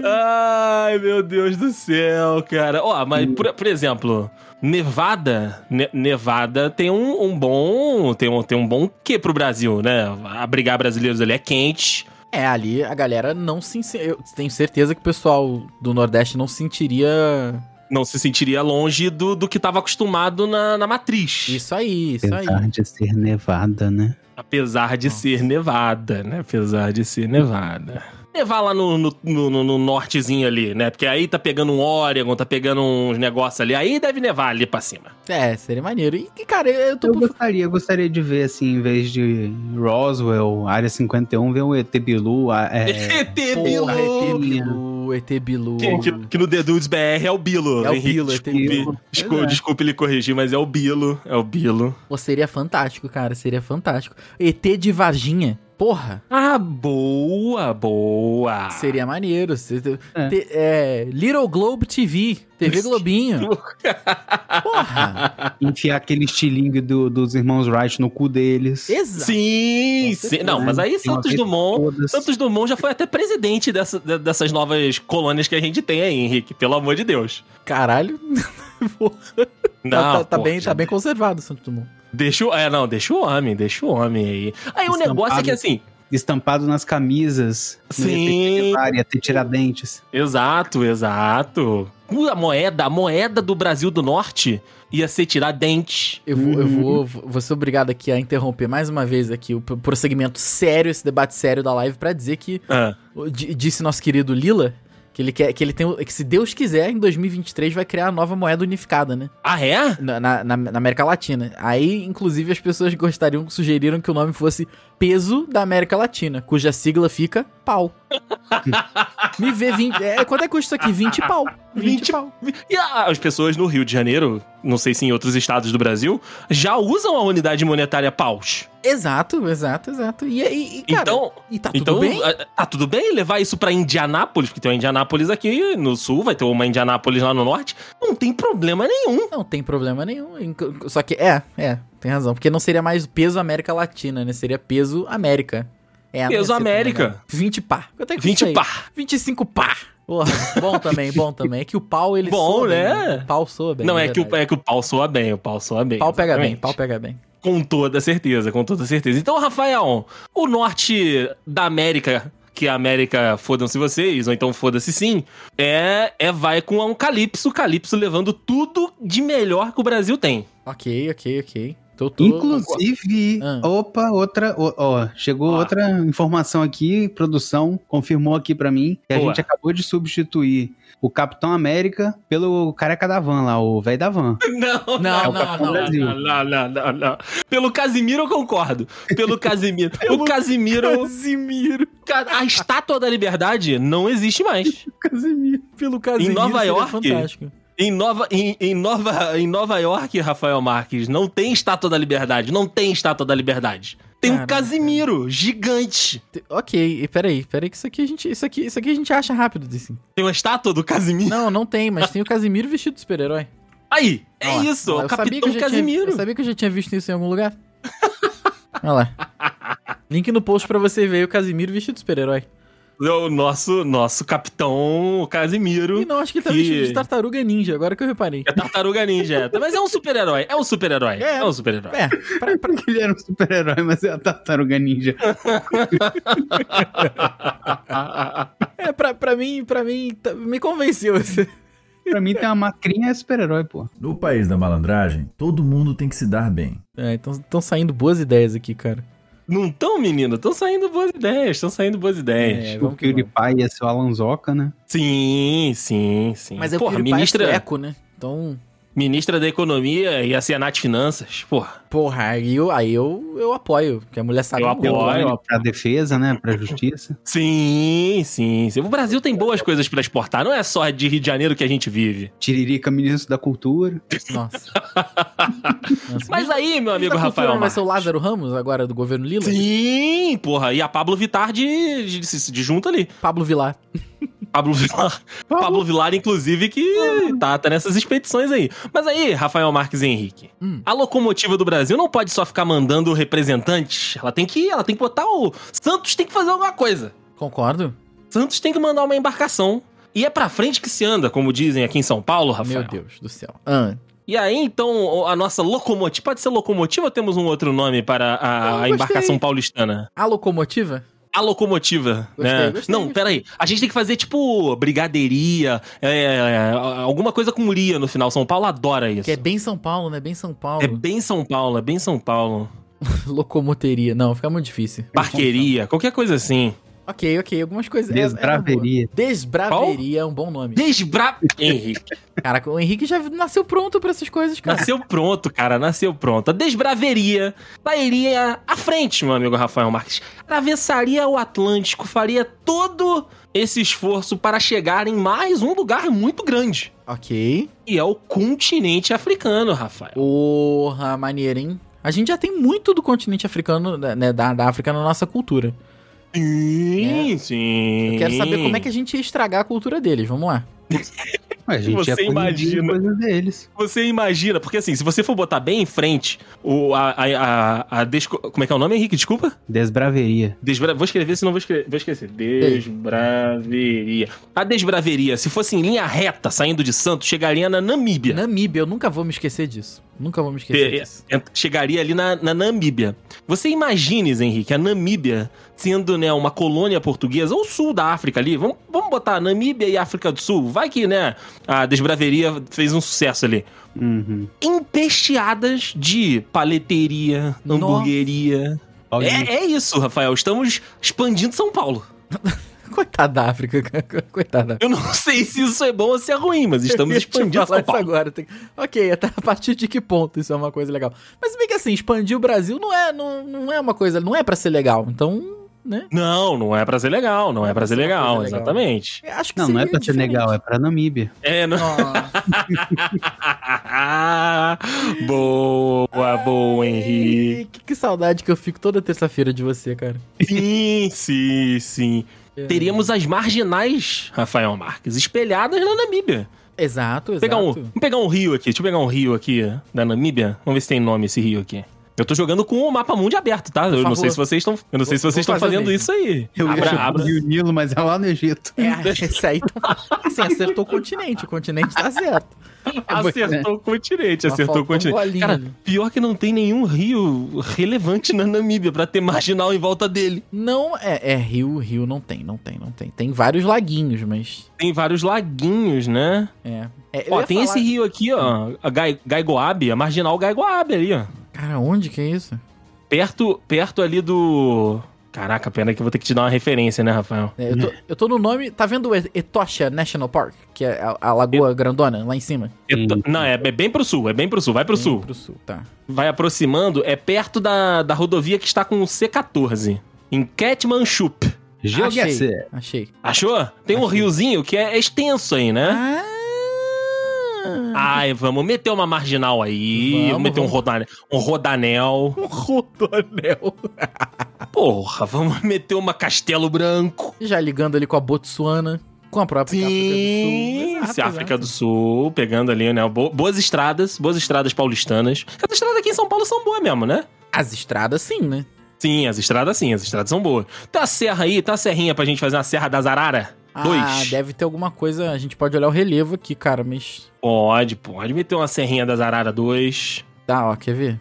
Ai, meu Deus do céu, cara. Ó, mas, por, por exemplo, Nevada. Ne- Nevada tem um, um bom. Tem um, tem um bom quê pro Brasil, né? Abrigar brasileiros ali é quente.
É, ali a galera não se. ense- Eu tenho certeza que o pessoal do Nordeste não sentiria.
Não se sentiria longe do, do que tava acostumado na, na matriz.
Isso aí, isso aí.
Apesar de ser nevada, né?
Apesar de
Nossa.
ser Nevada, né? Apesar de ser Nevada. Nevar lá no, no, no- no- no nortezinho ali, né? Porque aí tá pegando um Oregon, tá pegando uns negócios ali. Aí deve nevar ali pra cima.
É, seria maneiro. E, cara, eu tô.
Eu
por-
gostaria, eu gostaria de ver, assim, em vez de Roswell, Área 51, ver um ET Bilu. a-
[laughs]
[laughs]
É,
ET
Bilu!
Porra, ET Bilu,
é
ET Bilu.
Que, que- que no The Dudes BR é o Bilo.
É o
Henrique,
Bilo, ET
desculpe,
Bilo.
desculpe,
Pois é.
desculpe ele corrigir, mas é o Bilo. É o Bilo.
Pô, seria fantástico, cara, seria fantástico. ET de Varginha. Porra,
Ah, boa, boa.
seria maneiro. Se- te-
É.
te- é, Little Globe TV, TV Globinho. [laughs] Porra,
enfiar aquele estilingue do- dos irmãos Wright no cu deles.
exato. Com
Sim, sim.
certeza.
Não, mas aí
Tem uma
Santos
vez
Dumont.
todas.
Santos Dumont já foi até presidente dessa- de- dessas novas colônias que a gente tem aí, Henrique. Pelo amor de Deus.
Caralho. Porra.
Não,
Tá- tá, tá
pô,
bem,
já-
tá bem conservado o Santo Dumont.
Deixa o, é, não, deixa o homem, deixa o homem aí. Aí o
um
Estampado.
negócio é que assim.
Estampado nas camisas. né? no
Sim.
ET Telar, ET Tiradentes.
Exato, exato. Uh, A moeda, a moeda do Brasil do Norte ia ser tirar dente.
Eu vou, eu
Uhum.
vou, vou ser obrigado aqui a interromper mais uma vez aqui o pro- prosseguimento sério, esse debate sério da live, pra dizer que,
Ah,
o- di- disse nosso querido Lila, Que ele quer, que ele tem, o- que se Deus quiser, em 2023 vai criar a nova moeda unificada, né?
Ah, é?
Na, na- na- na América Latina. Aí, inclusive, as pessoas gostariam, sugeriram que o nome fosse Peso da América Latina, cuja sigla fica PAU. [laughs] Me vê 20. É, quanto é que custa isso aqui? 20 pau. 20,
20
pau.
E a- as pessoas no Rio de Janeiro, não sei se em outros estados do Brasil, já usam a unidade monetária paus.
Exato, exato, exato. E, e, e, cara,
então,
e tá tudo
então
bem?
ah, tá tudo bem levar isso pra Indianápolis, porque tem uma Indianápolis aqui no sul, vai ter uma Indianápolis lá no norte. Não tem problema nenhum.
Não tem problema nenhum. Inc- Só que, é, é, tem razão. Porque não seria mais peso América Latina, né? Seria peso América. É, não ia
Peso
ser tão
América.
legal. 20 pá. Quanto é que custa
20
aí?
pá.
25 pá. Porra, bom também, bom também. É que o pau, ele
Bom,
soa bem,
né?
O pau soa bem.
não,
na
é que, o,
verdade.
é que o pau soa bem, o pau soa bem.
Pau pega bem,
exatamente.
pau pega bem.
Com toda certeza, com toda certeza. Então, Rafael, o norte da América, que a América fodam-se vocês, ou então foda-se sim, é, é vai com um calypso, calypso levando tudo de melhor que o
[laughs]
Brasil tem.
Ok, ok, ok. Tô, tô...
Inclusive,
Ah.
opa, outra, ó, ó, chegou
Ó.
outra informação aqui, produção confirmou aqui pra mim que a
Boa.
gente acabou de substituir o Capitão América pelo careca da van lá, o velho da van. É
Não,
Ah, Não,
o
não,
Capitão
não.
Brasil.
não, não, não, não, não. Pelo Casimiro eu concordo. [laughs] Pelo Casimiro. o Casimiro.
Casimiro.
ca- A estátua da liberdade não existe mais.
Casimiro. Pelo Casimiro
Nova
seria
York?
fantástico.
Em Nova, em, em Nova, em Nova York, Rafael Marques, não tem estátua da liberdade. Não tem estátua da liberdade. Tem um
Caraca.
Casimiro gigante.
Te- Ok, e peraí, peraí que isso aqui a gente, isso aqui, isso aqui a gente acha rápido, assim.
Tem uma estátua do Casimiro.
Não, não tem, mas tem o Casimiro vestido de super-herói.
Aí, é
Olha lá.
isso.
Olha
o
lá,
Capitão
já
Casimiro.
Tinha, eu sabia que eu já tinha visto isso em algum lugar. [laughs] Olha lá. Link no post pra você ver o Casimiro vestido de super-herói.
É o nosso, nosso Capitão Casimiro.
E não, acho que ele tá
Que-
vestido de tartaruga ninja, agora que eu reparei.
É
[laughs]
tartaruga ninja. Mas é um super-herói. É um super-herói.
É.
É um super-herói.
É, pra, pra-
Ele era um super-herói, mas é a tartaruga ninja.
Ah,
é, pra, pra mim, pra mim, tá- me convenceu. esse-
pra mim tem uma macrinha é super-herói, pô.
No país da malandragem, todo mundo tem que se dar bem.
[laughs] É, então estão saindo boas ideias aqui, cara.
Não tão, menino? Estão saindo boas ideias. Estão saindo boas ideias.
É,
o
vamos que vamos.
PewDiePie ia ser o Alanzoca, né?
Sim, sim, sim.
Mas é o
Porra,
PewDiePie é
ministra,
sueco, né? Então,
ministra da Economia e a Senat Finanças. Porra.
porra, aí eu, aí eu, eu apoio, porque a mulher sabe
Eu
muito.
apoio.
Olha,
ó.
pra defesa, né? Pra justiça.
Sim, sim, sim. O Brasil tem boas coisas pra exportar. Não é só de Rio de Janeiro que a gente vive.
Tiririca, ministro da cultura.
[laughs]
Nossa. Nossa.
Mas aí, meu amigo
Da cultura
Rafael.
não vai ser o
Marques.
Lázaro Ramos agora do governo Lila?
Sim, porra. E a Pablo Vittar de, de, de, de junto ali.
Pablo Vilar.
Pablo Vilar. Pablo Vilar, inclusive, que tá, tá nessas expedições aí. Mas aí, Rafael Marques e Henrique,
Hum.
a locomotiva do Brasil não pode só ficar mandando representantes. Ela tem que, ela tem que botar o Santos tem que fazer alguma coisa.
Concordo.
Santos tem que mandar uma embarcação. E é pra frente que se anda, como dizem aqui em São Paulo, Rafael.
Meu Deus do céu. Ah,
E aí, então, a nossa locomotiva. Pode ser locomotiva ou temos um outro nome para
Ah, eu
a, a
gostei.
embarcação paulistana?
a locomotiva?
A locomotiva,
Gostei,
né?
gostei,
não,
gostei.
peraí. A gente tem que fazer, tipo, brigadeiria, é, alguma coisa com Lia no final. São Paulo adora isso.
Que é bem São Paulo, né? Bem São Paulo. [laughs]
É bem São Paulo, é bem São Paulo.
Locomoteria. Não, fica muito difícil.
Barqueria, qualquer coisa assim.
Ok, ok. Algumas coisas. é- é uma boa.
Desbraveria.
Desbraveria é um bom nome.
Desbra... Henrique,
Caraca, o Henrique já nasceu pronto pra essas coisas, cara.
nasceu pronto, cara, nasceu pronto. A desbraveria sairia à frente, meu amigo Rafael Marques. Atravessaria o Atlântico, faria todo esse esforço para chegar em mais um lugar muito grande.
Ok.
E é o continente africano, Rafael.
Porra, maneiro, hein? A gente já tem muito do continente africano, né? Da, da África na nossa cultura.
Sim, sim.
Eu quero saber como é que a gente ia estragar a cultura deles. Vamos lá.
A gente
Você
ia coincidir
imagina.
coisas deles.
Você imagina, porque assim, se você for botar bem em frente o, a, a, a, a desco- Como é que é o nome, Henrique? Desculpa?
Desbraveria.
Desbra... Vou escrever, senão vou, escre... vou esquecer. Desbraveria. A desbraveria, se fosse em linha reta, saindo de Santos, chegaria na Namíbia.
Namíbia, eu nunca vou me esquecer disso. Nunca vou me esquecer
Te-
disso. [laughs]
ent- Chegaria ali na, na Namíbia. Você imagine, Zé Henrique, a Namíbia sendo né, uma colônia portuguesa, ou sul da África ali. Vamos, vamos botar a Namíbia e África do Sul. Vai que, né? A desbraveria fez um sucesso ali.
Uhum.
Empesteadas de paleteria,
Nossa.
É, hamburgueria. É, é isso, Rafael. Estamos expandindo São Paulo.
Coitada da África, [laughs] cara. coitada.
Eu não [laughs] sei se isso é bom ou se é ruim,
[laughs]
mas estamos
Eu ia te falar
expandindo São
isso
Paulo.
agora. Tem- Ok, [laughs] até a partir de que ponto isso é uma coisa legal? Mas se bem que assim, expandir o Brasil não é, não, não é uma coisa, não é pra ser legal. Então, né?
Não, não é pra ser legal, não é pra ser
ser uma coisa
legal,
legal.
exatamente.
Eu Acho que
Não, não é pra
ser
Senegal, é pra Namíbia.
É, não. [laughs]
Nossa,
boa, boa, Henrique.
que, que saudade que eu fico toda terça-feira de você, cara.
Sim, sim, sim.
É.
Teríamos as marginais, Rafael Marques, espelhadas na Namíbia.
Exato, exato.
Vou Pegar um, [laughs] vamos pegar um rio aqui, deixa eu pegar um rio aqui da Namíbia. Vamos ver se tem nome esse rio aqui. Eu tô jogando com o mapa mundo aberto, tá? Eu não
favor.
sei se vocês estão, eu não sei se
Vou-
vocês
vou
estão
fazer
fazendo
mesmo.
isso aí.
Eu ia
abra,
chamar
abra.
de Rio Nilo, mas é lá no Egito.
É, [laughs] esse aí tá. Assim, acertou o continente. O continente tá certo.
Acertou o continente,
Mas
acertou o
faltou um
continente.
golinho
Cara,
ali.
pior que não tem nenhum rio relevante na Namíbia pra ter marginal em volta dele.
Não, é, é rio, rio não tem, não tem, não tem. Tem vários laguinhos, mas.
Tem vários laguinhos, né?
É. É, eu
Ó,
ia
tem
falar-
esse rio aqui, ó, a Gai- Gaigoabe, a marginal Gaigoabe ali, ó.
Cara, onde que é isso?
Perto, perto ali do... Caraca, pena que eu vou ter que te dar uma referência, né, Rafael?
É, eu, tô, eu tô no nome. Tá vendo o E- Etosha National Park? Que é a, a lagoa grandona lá em cima?
Eu tô- Não, é, é bem pro sul, é bem pro sul, vai pro sul.
Pro sul, tá.
Vai aproximando, é perto da, da rodovia que está com o C14, em Ketmanchup.
Geoguessr.
Achei.
Achou? Tem um riozinho que é extenso aí, né?
Ah!
Ai, vamos meter uma marginal aí,
Vamos,
vamos meter um
vamos.
rodanel, um rodanel.
[laughs] Um rodoanel.
Porra, vamos meter uma Castelo Branco.
Já ligando ali com a Botsuana, com a própria
Sim,
África do Sul.
se a África do Sul, pegando ali, né? bo- Boas estradas, boas estradas paulistanas. As estradas aqui em São Paulo são boas mesmo, né?
As estradas, sim, né?
Sim, as estradas sim, as estradas são boas. Tem uma serra aí, tem uma serrinha pra gente fazer uma Serra das Arara?
Ah,
Dois.
deve ter alguma coisa. A gente pode olhar o relevo aqui, cara, mas.
Pode, pode meter uma serrinha das Arara 2.
Tá, ó, quer ver?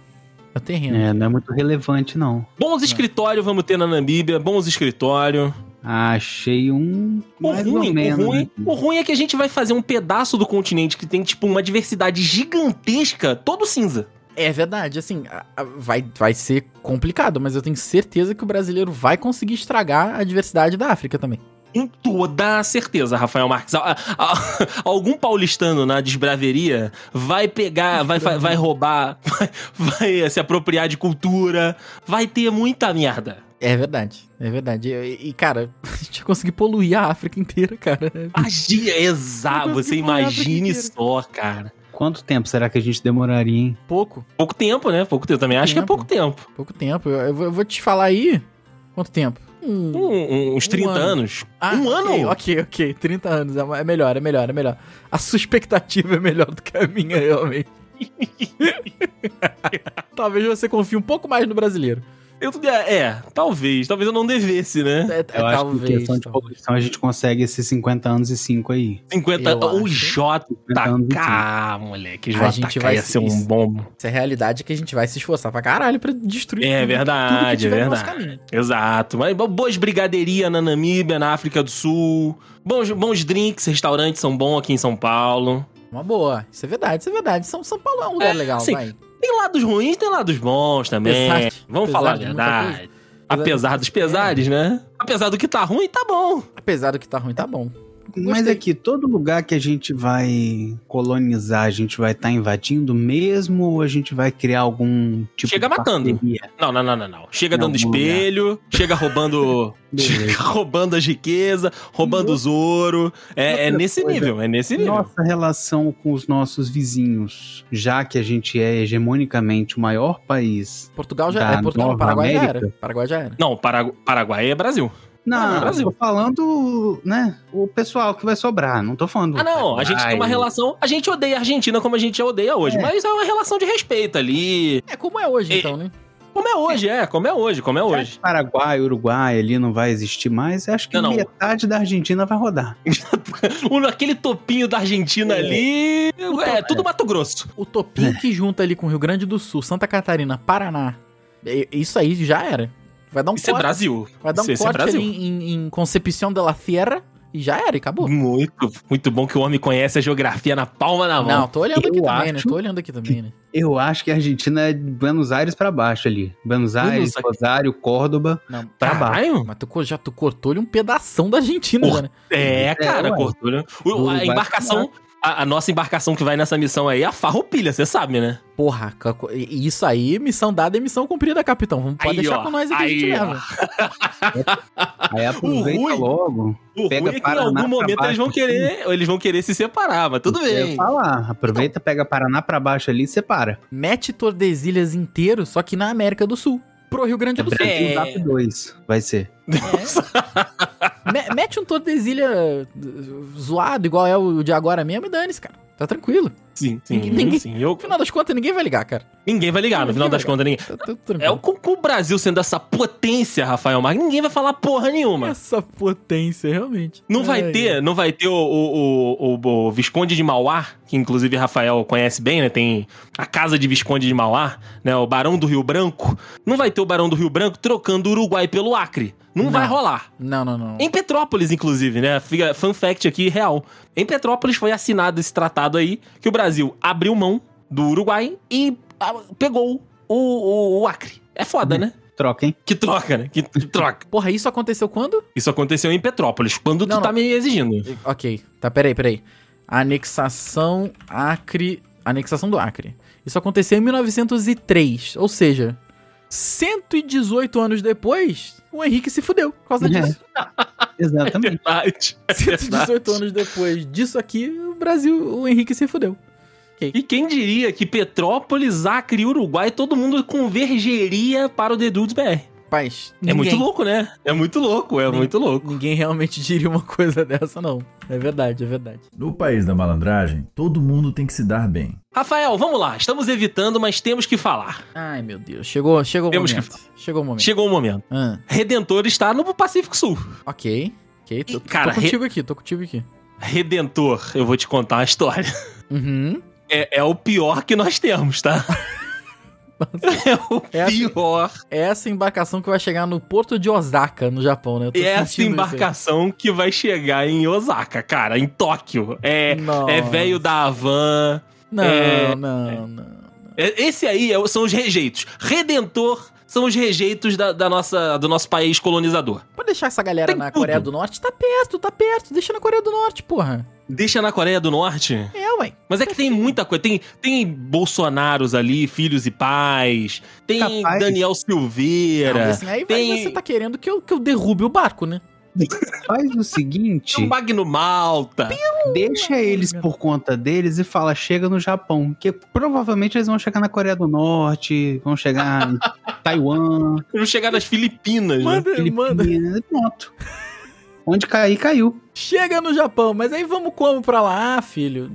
É o terreno.
É, não é muito relevante, não.
Bons escritórios vamos ter na Namíbia, bons escritórios.
Achei um.
O
mais
ruim,
ou menos,
o, ruim,
né?
o ruim é que a gente vai fazer um pedaço do continente que tem, tipo, uma diversidade gigantesca, todo cinza.
É verdade, assim, a- a- vai, vai ser complicado, mas eu tenho certeza que o brasileiro vai conseguir estragar a diversidade da África também.
Com toda a certeza, Rafael Marques. A- a- [laughs] algum paulistano na desbraveria vai pegar, vai, vai, vai roubar, [laughs] vai, vai se apropriar de cultura, vai ter muita merda.
É verdade, é verdade. E, e, cara, [laughs] a gente ia conseguir poluir a África inteira, cara. É
Agi- Exato,
Eu consegui
você
falar a
imagine
brincadeira.
só, cara.
Quanto tempo será que a gente demoraria, hein?
Pouco,
Pouco tempo, né? Pouco tempo também. Acho que é
Tempo.
pouco tempo.
pouco tempo. Eu, eu vou- eu vou te falar aí. Quanto tempo?
Um-
Hum,
um- uns
Um
30
ano.
anos. um
ok,
ano?
Ok, ok. 30 anos. É uma- é melhor, é melhor, é melhor. A sua expectativa é melhor do que a minha, realmente. [laughs] Talvez você confie um pouco mais no brasileiro.
Eu, é, talvez. Talvez eu não devesse, né?
É, é,
Eu acho que em questão de poluição a gente consegue esses 50 anos e 5 aí.
50
Eu
O
acho.
JK, moleque.
A
JK
gente vai
ia ser um
isso.
bom.
Essa é a realidade que a gente vai se esforçar pra caralho pra destruir tudo, tudo
É
que
verdade, é
tiver no nosso
verdade.
caminho.
Exato. Mas bo- boas brigadeirinhas na Namíbia, na África do Sul. Bons, bons drinks, restaurantes são bons aqui em São Paulo.
Uma boa. Isso é verdade, isso é verdade. São, São Paulo é um lugar
É,
legal,
assim,
vai.
Tem lados ruins, tem lados bons
É.
também.
Apesar de-
Vamos
apesar
falar a
de muita coisa. é.
verdade. Apesar dos pesares, né? Apesar do que tá ruim, tá bom.
Apesar do que tá ruim, tá bom.
Mas
Gostei.
aqui, todo lugar que a gente vai colonizar, a gente vai estar invadindo mesmo ou a gente vai criar algum tipo
Chega
de
matando.
parceria?
Não, não, não, não, não. Chega
Em
dando
algum
espelho, chega roubando.
[laughs] Beleza.
chega roubando as riquezas, roubando os ouro. É, é
Outra
nesse
coisa.
nível, é nesse nível.
Nossa relação com os nossos vizinhos, já que a gente é hegemonicamente o maior país.
Portugal já
Da
é. Portugal,
Nova
Paraguai já
América?
era. Paraguai já era.
Não, Paragu- Paraguai é Brasil. Ah,
Não,
Brasil.
tô falando, né, o pessoal que vai sobrar, não tô falando...
Ah, não, a gente tem uma
Ai,
relação. A gente odeia a Argentina como a gente já odeia hoje, mas é uma relação de respeito ali.
É como é hoje,
É.
então, né?
Como é hoje, é, como é hoje, como é hoje.
Paraguai, Uruguai ali não vai existir mais. Acho que
Não, não.
metade da Argentina vai rodar.
O- Aquele topinho da Argentina
É.
ali. É, tudo Mato Grosso.
O topinho que junta ali com o Rio Grande do Sul, Santa Catarina, Paraná. e- Isso aí já era. Vai dar um
Isso é
corte,
Brasil.
vai dar um
Isso- isso é
corte ali
Brasil.
em, em Concepción de la Sierra e já era, e acabou.
Muito, muito bom que o homem conhece a geografia na palma da mão.
Não, tô olhando aqui
eu
também, né?
acho
Tô olhando aqui também, né?
Eu acho que a Argentina é de Buenos Aires pra baixo ali. Buenos Aires,
Buenos Aires.
Rosário, Córdoba.
Não,
Caralho?
Mas tu co- já tu cortou-lhe um pedação da Argentina, já, né?
É, cara,
ué.
cortou. né? O- A
Vai
embarcação, a, a nossa embarcação que vai nessa missão aí é a farroupilha, você sabe, né?
Porra, ca- co- e- isso aí, missão dada é missão cumprida, capitão. Vamos, pode
Aí,
deixar
ó,
com nós aqui, a gente
aí, ó.
leva.
Aí aproveita
ruim-
logo.
O
Pega
ruim é que em
Paraná
algum
pra
momento
baixo,
eles vão querer, eles vão querer se separar, mas tudo
Eu ia
bem.
falar. Aproveita, pega Paraná pra baixo ali e separa.
Mete Tordesilhas inteiro, só que na América do Sul. Pro Rio Grande do Sul.
Brasil
É.
Zap 2 vai ser.
[laughs]
Me- mete um Tordesilha uh, zoado, igual é o de agora mesmo, e dane-se, cara. Tá tranquilo.
Sim, sim,
Ninguém-
sim. Eu-
No final das contas, ninguém vai ligar, cara.
ninguém vai ligar, no final das contas, ninguém.
Tá, tá
É o,
tranquilo.
com, com o Brasil sendo essa potência, Rafael Marques, ninguém vai falar porra nenhuma.
Essa potência, realmente.
Não vai
Ai.
ter, não vai ter o, o, o- o- o Visconde de Mauá, que inclusive Rafael conhece bem, né? Tem a casa de Visconde de Mauá, né? O Barão do Rio Branco. Não vai ter o Barão do Rio Branco trocando o Uruguai pelo Acre. Não,
Não.
vai rolar.
Não, não, não.
Em Petrópolis, inclusive, né? Fica Fun fact aqui real. Em Petrópolis foi assinado esse tratado aí que o Brasil abriu mão do Uruguai e ah, pegou o, o- o Acre. É foda, né?
Troca, hein?
Que troca, né? Que, que troca.
Porra, isso aconteceu quando?
Isso aconteceu em Petrópolis, quando
Não,
tu tá
não.
me exigindo.
Ok, tá, peraí, peraí. Anexação Acre. Anexação do Acre. Isso aconteceu em 1903, ou seja, 118 anos depois, o Henrique se fudeu por causa disso.
Exatamente.
Verdade. É
118
verdade.
anos depois disso aqui, o Brasil, o Henrique se fudeu.
E quem diria que Petrópolis, Acre e Uruguai, todo mundo convergeria para o The Dudes BR.
Paz,
É muito louco, né? É muito louco, é
Nin-
muito louco.
Ninguém realmente diria uma coisa dessa, não. É verdade, é verdade.
No país da malandragem, todo mundo tem que se dar bem.
Rafael, vamos lá. Estamos evitando, mas temos que falar.
Ai, meu Deus. Chegou, chegou o
Temos
momento. Chegou o momento.
Chegou o momento.
Ah,
Redentor está no Pacífico Sul.
ok. Ok, tô,
E, cara,
tô contigo aqui, tô contigo aqui.
Redentor, eu vou te contar uma história.
Uhum.
É, é o pior que nós temos, tá? [laughs] É o
É assim-
pior.
É essa embarcação que vai chegar no porto de Osaka, no Japão, né? Eu tô
É essa
sentindo isso aí.
embarcação que vai chegar em Osaka, cara, em Tóquio. É,
Nossa.
é velho da Havan.
Não,
é-
não, não.
É, Esse aí é o- são os rejeitos. Redentor são os rejeitos da, da nossa, do nosso país colonizador.
Pode deixar essa galera
Tem
na
tudo.
Coreia do Norte? Tá perto, tá perto. Deixa na Coreia do Norte, porra.
Deixa na Coreia do Norte.
É, ué.
Mas é que tem muita coisa. Tem, tem Bolsonaros ali, filhos e pais. Tem
Capaz.
Daniel Silveira.
Não, assim, aí vai-
tem-
você tá querendo que eu, que eu derrube o barco, né?
Faz o
[laughs] Tem o
seguinte,
Magno Malta.
deixa eles por conta deles e fala chega no Japão, que provavelmente eles vão chegar na Coreia do Norte, vão chegar em Taiwan,
Vamos chegar nas Filipinas. né?
Manda, manda.
Filipinas, e pronto. Onde cair, caiu.
Chega no Japão, mas aí vamos como pra lá, Ah, filho?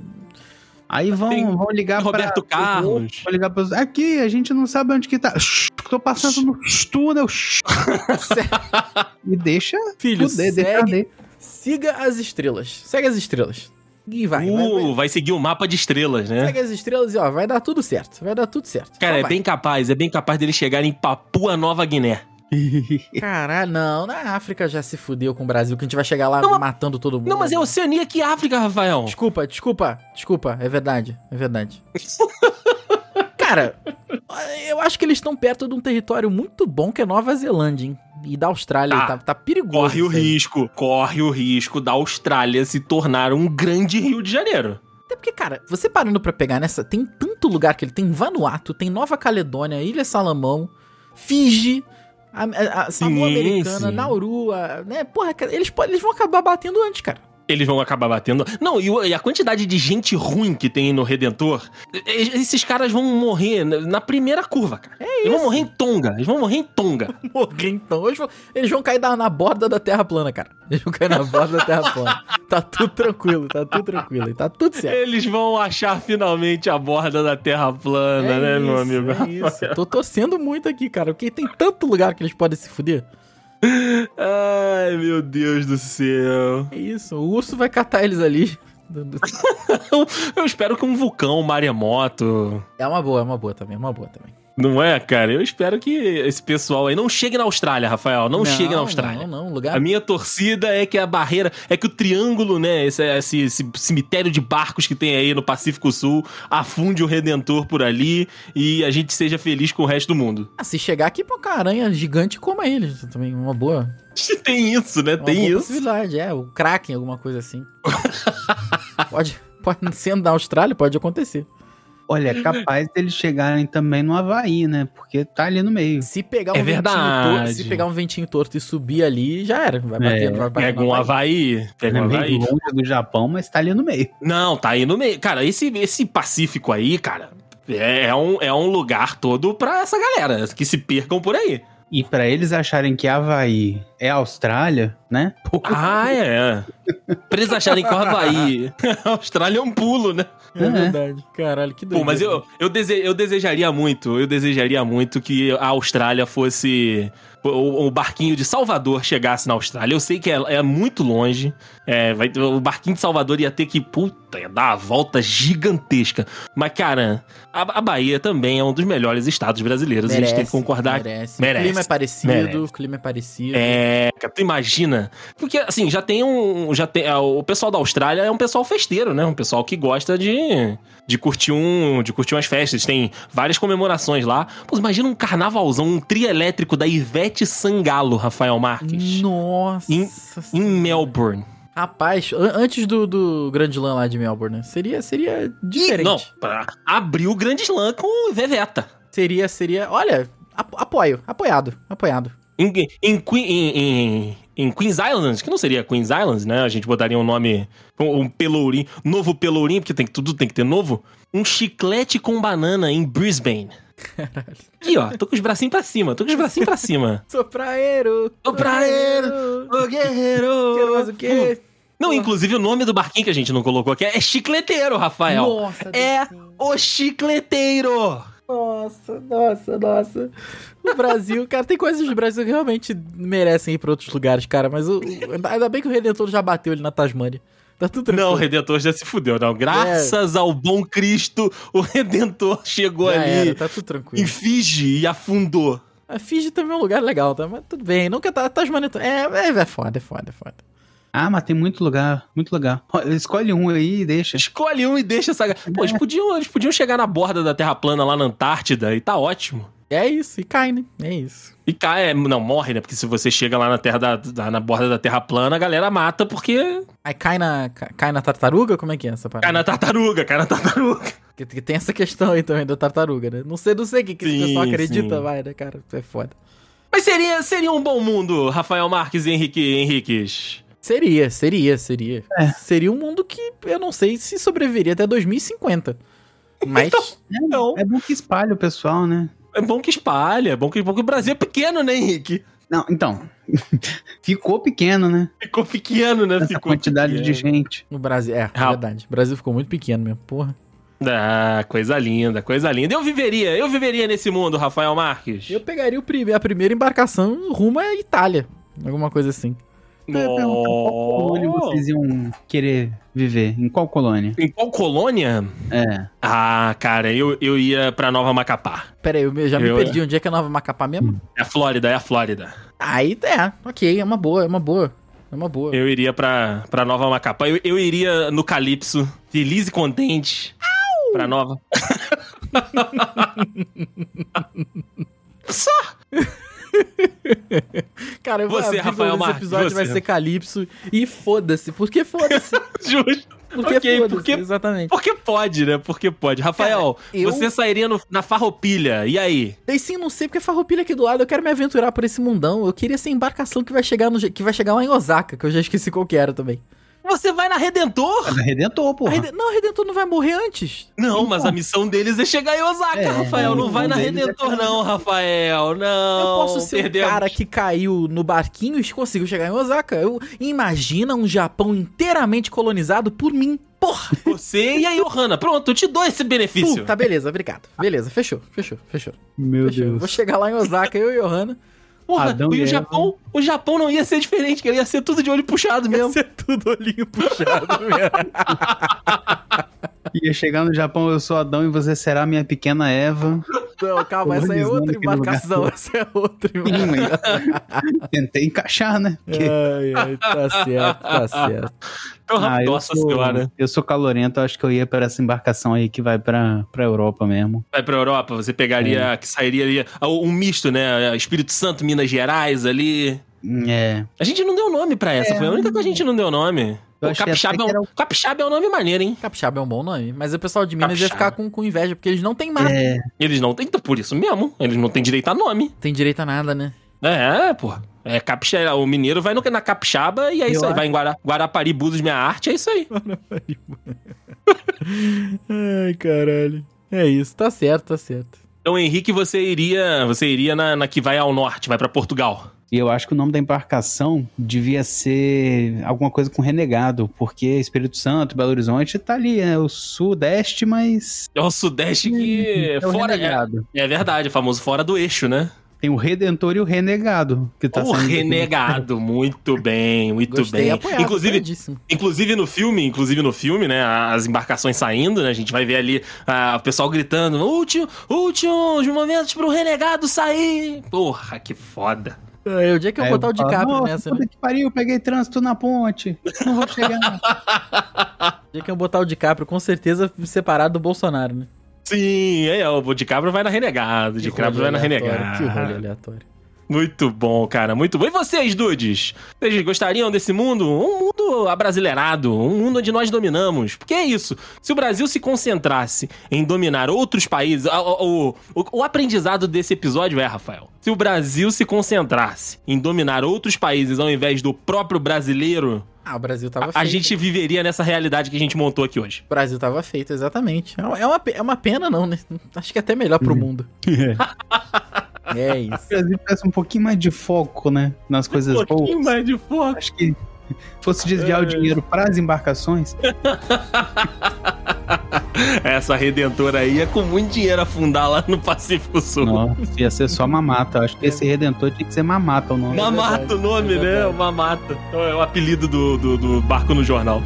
Aí vão,
Tem
vão ligar
Roberto
pra...
Carlos.
Vão ligar pros... Aqui, a gente não sabe onde que tá. Shhh, Tô passando no túnel. Shhh.
[laughs]
e deixa
é Filho,
fuder, deixa
segue,
arder.
siga as estrelas. Segue as estrelas. E vai, vai, vai.
Uh, vai seguir o mapa de estrelas, né?
Segue as estrelas e ó, vai dar tudo certo. Vai dar tudo certo.
Cara,
Só
é
vai.
bem capaz, é bem capaz dele chegar em Papua Nova Guiné.
Caralho, não, na África já se fudeu com o Brasil, que a gente vai chegar lá
Não, mas-
matando todo mundo.
Não, mas é Oceania que é África, Rafael.
Desculpa, desculpa, desculpa, é verdade, é
[laughs]
verdade. Cara, eu acho que eles estão perto de um território muito bom que é Nova Zelândia, hein? E da Austrália,
Tá.
tá, tá perigoso.
Corre o
isso aí.
risco, corre o risco da Austrália se tornar um grande Rio de Janeiro.
Até porque, cara, você parando pra pegar nessa, tem tanto lugar que ele tem Vanuatu, tem Nova Caledônia, Ilha Salomão, Fiji, a, a- a Samoa
Sim,
Americana,
sim.
Nauru, a- né? Porra, cara, eles, po- eles vão acabar batendo antes, cara.
Eles vão acabar batendo. Não, e o- e a quantidade de gente ruim que tem no Redentor, e- e- esses caras vão morrer na- na primeira curva, cara.
É
eles vão morrer em Tonga, eles vão morrer
[laughs]
em Tonga.
Morrer então. Eles vão, eles vão cair da- na borda da Terra plana, cara. Eles vão cair na borda da Terra plana. Tá tudo tranquilo, tá tudo tranquilo. e Tá tudo certo.
Eles vão achar finalmente a borda da Terra plana, né, meu amigo?
é isso. Tô torcendo muito aqui, cara, porque tem tanto lugar que eles podem se fuder.
Ai, meu Deus do céu.
É isso, o urso vai catar eles ali.
Eu espero que um vulcão, um maremoto.
É uma boa, é uma boa também, é uma boa também.
Não é, cara? Eu espero que esse pessoal aí não chegue na Austrália, Rafael. Não, chegue na Austrália.
Não, não, lugar.
A minha torcida é que a barreira, é que o triângulo, né? Esse, esse- esse cemitério de barcos que tem aí no Pacífico Sul, afunde o Redentor por ali e a gente seja feliz com o resto do mundo. [laughs]
Ah, se chegar aqui, pô, com a aranha gigante, coma ele. Também uma boa. É
Tem isso, né?
Uma
Tem
boa
isso.
possibilidade, é. O Kraken, alguma coisa assim. [laughs] pode, pode, sendo da Austrália, pode acontecer.
Olha, é capaz deles chegarem também no Havaí, né? Porque tá ali no meio.
Se pegar um
É
ventinho
verdade.
torto, se pegar um ventinho torto e subir ali, já era. Vai bater,
É,
vai bater.
Pega
na
um
parede.
Havaí.
É
Pega um
meio
Havaí.
longe do Japão, mas tá ali no meio.
Não, tá aí no meio. Cara, esse, esse Pacífico aí, cara, é, é um, é um lugar todo pra essa galera que se percam por aí.
E pra eles acharem que Havaí é Austrália, né? Pô,
Ah, é. Pra eles acharem que é o Havaí. A [laughs] Austrália é um pulo, né?
É
Uhum.
verdade. Caralho, que doido.
Pô, mas eu, eu, dese, eu desejaria muito, eu desejaria muito que a Austrália fosse. O, o barquinho de Salvador chegasse na Austrália. Eu sei que é, é muito longe. É, vai, o barquinho de Salvador ia ter que, puta, ia dar uma volta gigantesca. Mas, cara, a, a Bahia também é um dos melhores estados brasileiros. a gente tem que concordar
Merece.
merece,
O clima é parecido,
merece.
o clima é parecido.
é, cara, tu imagina? Porque, assim, já tem um. Já tem, é, o pessoal da Austrália é um pessoal festeiro, né? Um pessoal que gosta de, de curtir um. De curtir umas festas. Tem várias comemorações lá. Pô, imagina um carnavalzão, um trielétrico da Ivete Sangalo, Rafael Marques.
Nossa.
Em- Em Melbourne.
Rapaz, an- antes do, do Grande Lan lá de Melbourne, né? Seria, seria diferente.
Não, pra abrir o Grande Slam com Veveta.
Seria, seria. Olha, ap- apoio. Apoiado, apoiado.
Em, em, Que- em- em- em Queens Island, que não seria Queens Island, né? A gente botaria um nome, um, um pelourinho, novo pelourinho, porque tem que, tudo tem que ter novo. Um chiclete com banana em Brisbane. Aqui, ó, tô com os bracinhos pra cima, tô com os bracinhos
[laughs]
pra cima.
Sou praeiro.
Sou praeiro. Hum, Ô, guerreiro!
Quero mais o quê?
Não, inclusive o nome do barquinho que a gente não colocou aqui é chicleteiro, Rafael.
Nossa,
É
Deus,
o chicleteiro!
nossa, nossa, nossa. O Brasil, cara, tem coisas do Brasil que realmente merecem ir pra outros lugares, cara. Mas o, o- ainda bem que o Redentor já bateu ele na Tasmânia. Tá tudo tranquilo.
Não, o Redentor já se fudeu,
É.
não. Graças ao bom Cristo, o Redentor [laughs] chegou
Já
ali
era, tá tudo
em
tranquilo.
Fiji e afundou.
A Fiji também é um lugar legal, tá? Mas tudo bem. Nunca tá. Tasmânia. É, é, é foda, é foda, é foda.
Ah, mas tem muito lugar, muito lugar. Ó, Escolhe um aí e deixa.
Escolhe um e deixa essa. Pô, eles podiam, eles podiam chegar na borda da Terra plana lá na Antártida e tá ótimo.
É isso, e cai, né? É isso.
E cai, é, não, morre, né? Porque se você chega lá na terra da, da- na borda da Terra plana, a galera mata porque
Aí cai na, ca- cai na tartaruga? Como é que é essa
cai
parada?
na tartaruga, cai na tartaruga. [laughs]
Que, que tem essa questão aí também da tartaruga, né? Não sei, não sei o que, que esse
Sim,
pessoal acredita,
sim.
vai, né, cara? É foda.
Mas seria, seria um bom mundo, Rafael Marques e Henrique Henriques.
Seria, seria, seria.
É.
Seria um mundo que eu não sei se sobreviveria até 2050. Mas.
Não.
É bom que espalha o pessoal, né?
É bom que espalha, é bom que, é bom que o Brasil é pequeno, né, Henrique?
Não, então. [laughs] Ficou pequeno, né?
Ficou pequeno, né?
Essa
Ficou
quantidade
pequeno.
de gente.
no Brasil. É,
Ah.
verdade. O Brasil ficou muito pequeno mesmo, porra.
Ah, coisa linda, coisa linda. Eu viveria, eu viveria nesse mundo, Rafael Marques.
Eu pegaria o prime- a primeira embarcação rumo à Itália. Alguma coisa assim.
Eu ia perguntar
Oh.
Qual colônia vocês iam querer viver? Em qual colônia?
Em qual colônia?
É.
Ah, cara, eu, eu ia pra Nova Macapá.
Pera aí, eu me- já me
Eu-
perdi. Onde é que é Nova Macapá mesmo?
É a Flórida, é a Flórida.
Aí é, ok, é uma boa, é uma boa. É uma boa.
Eu iria pra, pra Nova Macapá. Eu, eu iria no Calypso, feliz e contente. Pra Nova. [laughs] Só!
Cara, eu vou
Você,
abrir
Rafael
esse
Marques,
episódio
você.
vai ser Calypso e foda-se. Por que
[laughs]
foda-se?
Justo.
Por que
Ok,
foda-se?
porque-
Exatamente.
Porque pode, né? Porque pode. Rafael,
eu-
você sairia no- na farroupilha. E aí?
Daí sim, não sei, porque a farroupilha aqui do lado, eu quero me aventurar por esse mundão. Eu queria essa embarcação que vai chegar no, que vai chegar lá em Osaka, que eu já esqueci qual que era também.
Você vai na Redentor?
Mas Arredentou,
A
porra.
Rede- Não, a Redentor não vai morrer antes?
Não, mas a missão deles é chegar em Osaka,
É,
Rafael. Não
a missão
vai na
deles é
Redentor,
chegar em
não, Rafael. Não.
eu posso ser
perdemos.
um cara que caiu no barquinho e conseguiu chegar em Osaka. Eu imagina um Japão inteiramente colonizado por mim. Porra!
[laughs] Você e a Johanna. Pronto, eu te dou esse benefício.
Tá, beleza, obrigado. Beleza, fechou, fechou, fechou.
Meu
fechou. Vou chegar lá em Osaka, eu e a
[laughs]
Johanna.
Porra,
Adão
e
e
o
Eva.
Japão, o Japão não ia ser diferente, cara. Ia ser tudo de olho puxado mesmo.
ser tudo olhinho puxado mesmo.
[laughs]
Ia chegar no Japão, eu sou Adão e você será minha pequena Eva.
Não, calma, essa é
Colonizando
outra
aquele lugar
embarcação.
todo.
Essa é outra
Sim,
embarcação.
mas Tentei encaixar, né?
É.
Porque-
Ai, ai, tá certo, tá certo.
Então,
Ah, eu
nossa
sou,
senhora.
eu sou calorento, acho que eu ia pra essa embarcação aí que vai pra, pra Europa mesmo.
Vai pra Europa, você
É.
pegaria, que sairia ali, ah, um misto, né? Espírito Santo, Minas Gerais ali.
É.
A gente não deu nome pra essa,
É,
foi a única que a gente não deu nome.
Eu
Pô,
achei
capixaba,
até
é um,
que era
capixaba é um nome maneiro, hein?
Capixaba é um bom nome, mas o pessoal de Minas ia
Capixaba.
ficar com, com inveja, porque eles não têm mar,
É,
Eles não têm, então por isso mesmo, eles não têm direito a nome.
não tem direito a nada, né?
É, pô. É, capixaba, o mineiro vai no, na capixaba e é
Eu
isso aí.
acho-
Vai em Guara- Guarapari, Búzios, Minha Arte, é isso
[laughs]
aí.
Ai, caralho. É isso, tá certo, tá certo.
Então, Henrique, você iria você iria na, na que vai ao norte, vai pra Portugal.
E eu acho que o nome da embarcação devia ser alguma coisa com renegado, porque Espírito Santo, Belo Horizonte, tá ali, é o sudeste, mas.
É o sudeste que...
é o
fora, é,
renegado.
é verdade, o famoso fora do eixo, né?
Tem o Redentor e o Renegado. Que tá
o
saindo daqui.
renegado, muito bem, muito
Gostei,
bem.
apoiado,
né?
inclusive,
apoiadíssimo.
inclusive no filme, inclusive no filme, né, as embarcações saindo, né, a gente vai ver ali ah, o pessoal gritando, último, últimos momentos pro renegado sair. Porra, que foda.
É, o dia que eu
Aí
botar o
falo,
DiCaprio
"Nossa,
nessa, né?
puta que pariu, peguei trânsito na ponte. Não vou chegar.
O dia que eu botar o DiCaprio, com certeza separado do Bolsonaro, né?
Sim, é, o de cabra vai na renegado, de
Que rolê
cabra vai na
é
aleatório,
renegado.
Que rolê aleatório.
Muito bom, cara, muito bom. E vocês, dudes? Vocês gostariam desse mundo? Um mundo abrasileirado, um mundo onde nós dominamos. Porque é isso. Se o Brasil se concentrasse em dominar outros países, a- o, o, o aprendizado desse episódio é, Rafael. Se o Brasil se concentrasse em dominar outros países ao invés do próprio brasileiro,
Ah, o Brasil tava
a, a
feito.
gente viveria nessa realidade que a gente montou aqui hoje.
O Brasil tava feito, exatamente. É uma, é uma pe- é uma pena, não, né? Acho que é até melhor pro [laughs] mundo. É
o
isso.
Brasil tivesse um pouquinho mais de foco, né? Nas coisas
Um pouquinho
boas.
mais de foco.
Acho que fosse desviar o dinheiro para as embarcações.
Essa redentora aí ia com muito dinheiro afundar lá no Pacífico Sul.
Nossa, ia ser só mamata. Acho que esse Redentor tinha que ser mamata o nome.
Não.
Mamata
verdade,
o nome,
é
né?
verdade.
Mamata. Então É o apelido do, do, do barco no jornal.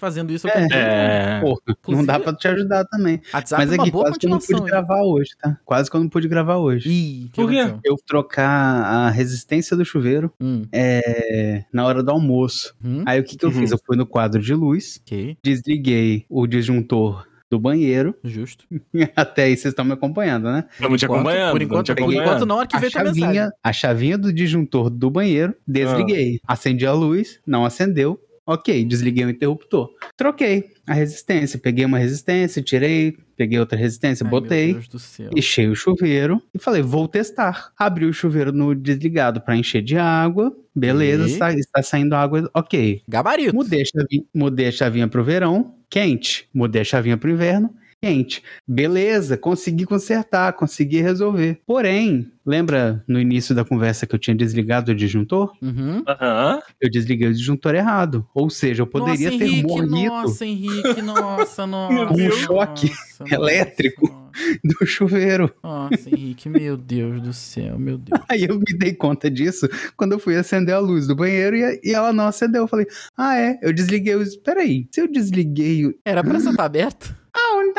Fazendo isso, eu
É.
tentei.
É.
Porra, não dá pra te ajudar também.
WhatsApp
Mas
é
é
uma
que
boa
quase que eu não pude
continuação. hein?
gravar hoje, tá? Quase que eu não pude gravar hoje.
Ih, que
Por quê?
aconteceu?
Eu trocar a resistência do chuveiro
Hum,
é, na hora do almoço.
hum,
Aí o que, que eu
Uhum.
fiz? Eu fui no quadro de luz,
ok,
desliguei o disjuntor do banheiro. [laughs]
justo.
Até aí vocês estão me acompanhando, né?
Estamos te
Enquanto-
acompanhando.
Por enquanto,
te
por
acompanhando.
enquanto não, é
A
arquivei tua mensagem.
chavinha, a chavinha do disjuntor do banheiro, desliguei.
Ah.
Acendi a luz, não acendeu. Ok, desliguei o interruptor. Troquei a resistência. Peguei uma resistência, tirei, peguei outra resistência,
Ai, Meu
botei.
Deus do céu.
Enchei o chuveiro e falei, vou testar. Abri o chuveiro no desligado para encher de água. Beleza,
E?
está, está saindo água, ok.
Gabarito.
Mudei a, chavinha, mudei a chavinha pro verão, quente. Mudei a chavinha pro inverno, quente. Beleza, consegui consertar, consegui resolver. Porém, lembra no início da conversa que eu tinha desligado o disjuntor?
Uhum.
Aham.
Eu desliguei o disjuntor errado. Ou seja, eu poderia
nossa,
ter
Henrique,
morrido
Nossa, Henrique, nossa, nossa.
[laughs] Meu Deus.
nossa,
Um choque
nossa,
elétrico.
Nossa,
[laughs] do chuveiro.
nossa, Henrique, meu Deus do céu, meu Deus.
Aí eu me dei conta disso quando eu fui acender a luz do banheiro e, e ela não acendeu. Eu falei, ah é, eu desliguei o... Peraí, se eu desliguei o...
Era pra você estar aberto?
Oh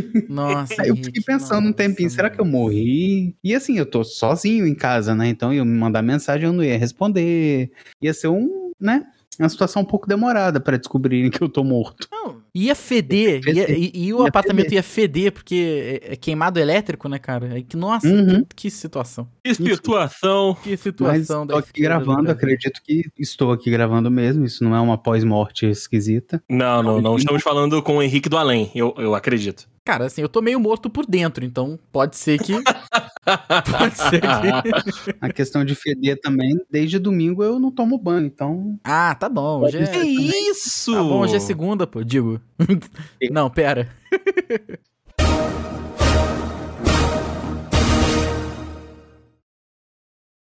não!
Nossa,
Aí eu
Henrique,
fiquei pensando um
nossa,
tempinho, será que eu
nossa.
morri? E assim, eu tô sozinho em casa, né? Então eu me mandar mensagem, eu não ia responder. Ia ser um, né? Uma situação um pouco demorada pra descobrirem que eu tô morto.
Não, ia feder, ia- e, e o
Ia
apartamento ia feder, porque é, é queimado elétrico, né, cara? É que, nossa,
Uhum.
que, que situação.
Que situação.
Que
Mas
situação. né?
tô
da
aqui
esquerda do
gravando,
Brasil.
acredito que estou aqui gravando mesmo. Isso não é uma pós-morte esquisita.
Não, não, não. Estamos falando com o Henrique do Além, eu, eu acredito.
Cara, assim, eu tô meio morto por dentro, então pode ser que [laughs] Pode ser
[laughs]
Ah. [laughs]
que...
A questão de feder também, desde domingo eu não tomo banho, então.
Ah, tá bom. Hoje é...
que isso?
Tá bom, hoje é segunda, pô. Digo. não, pera.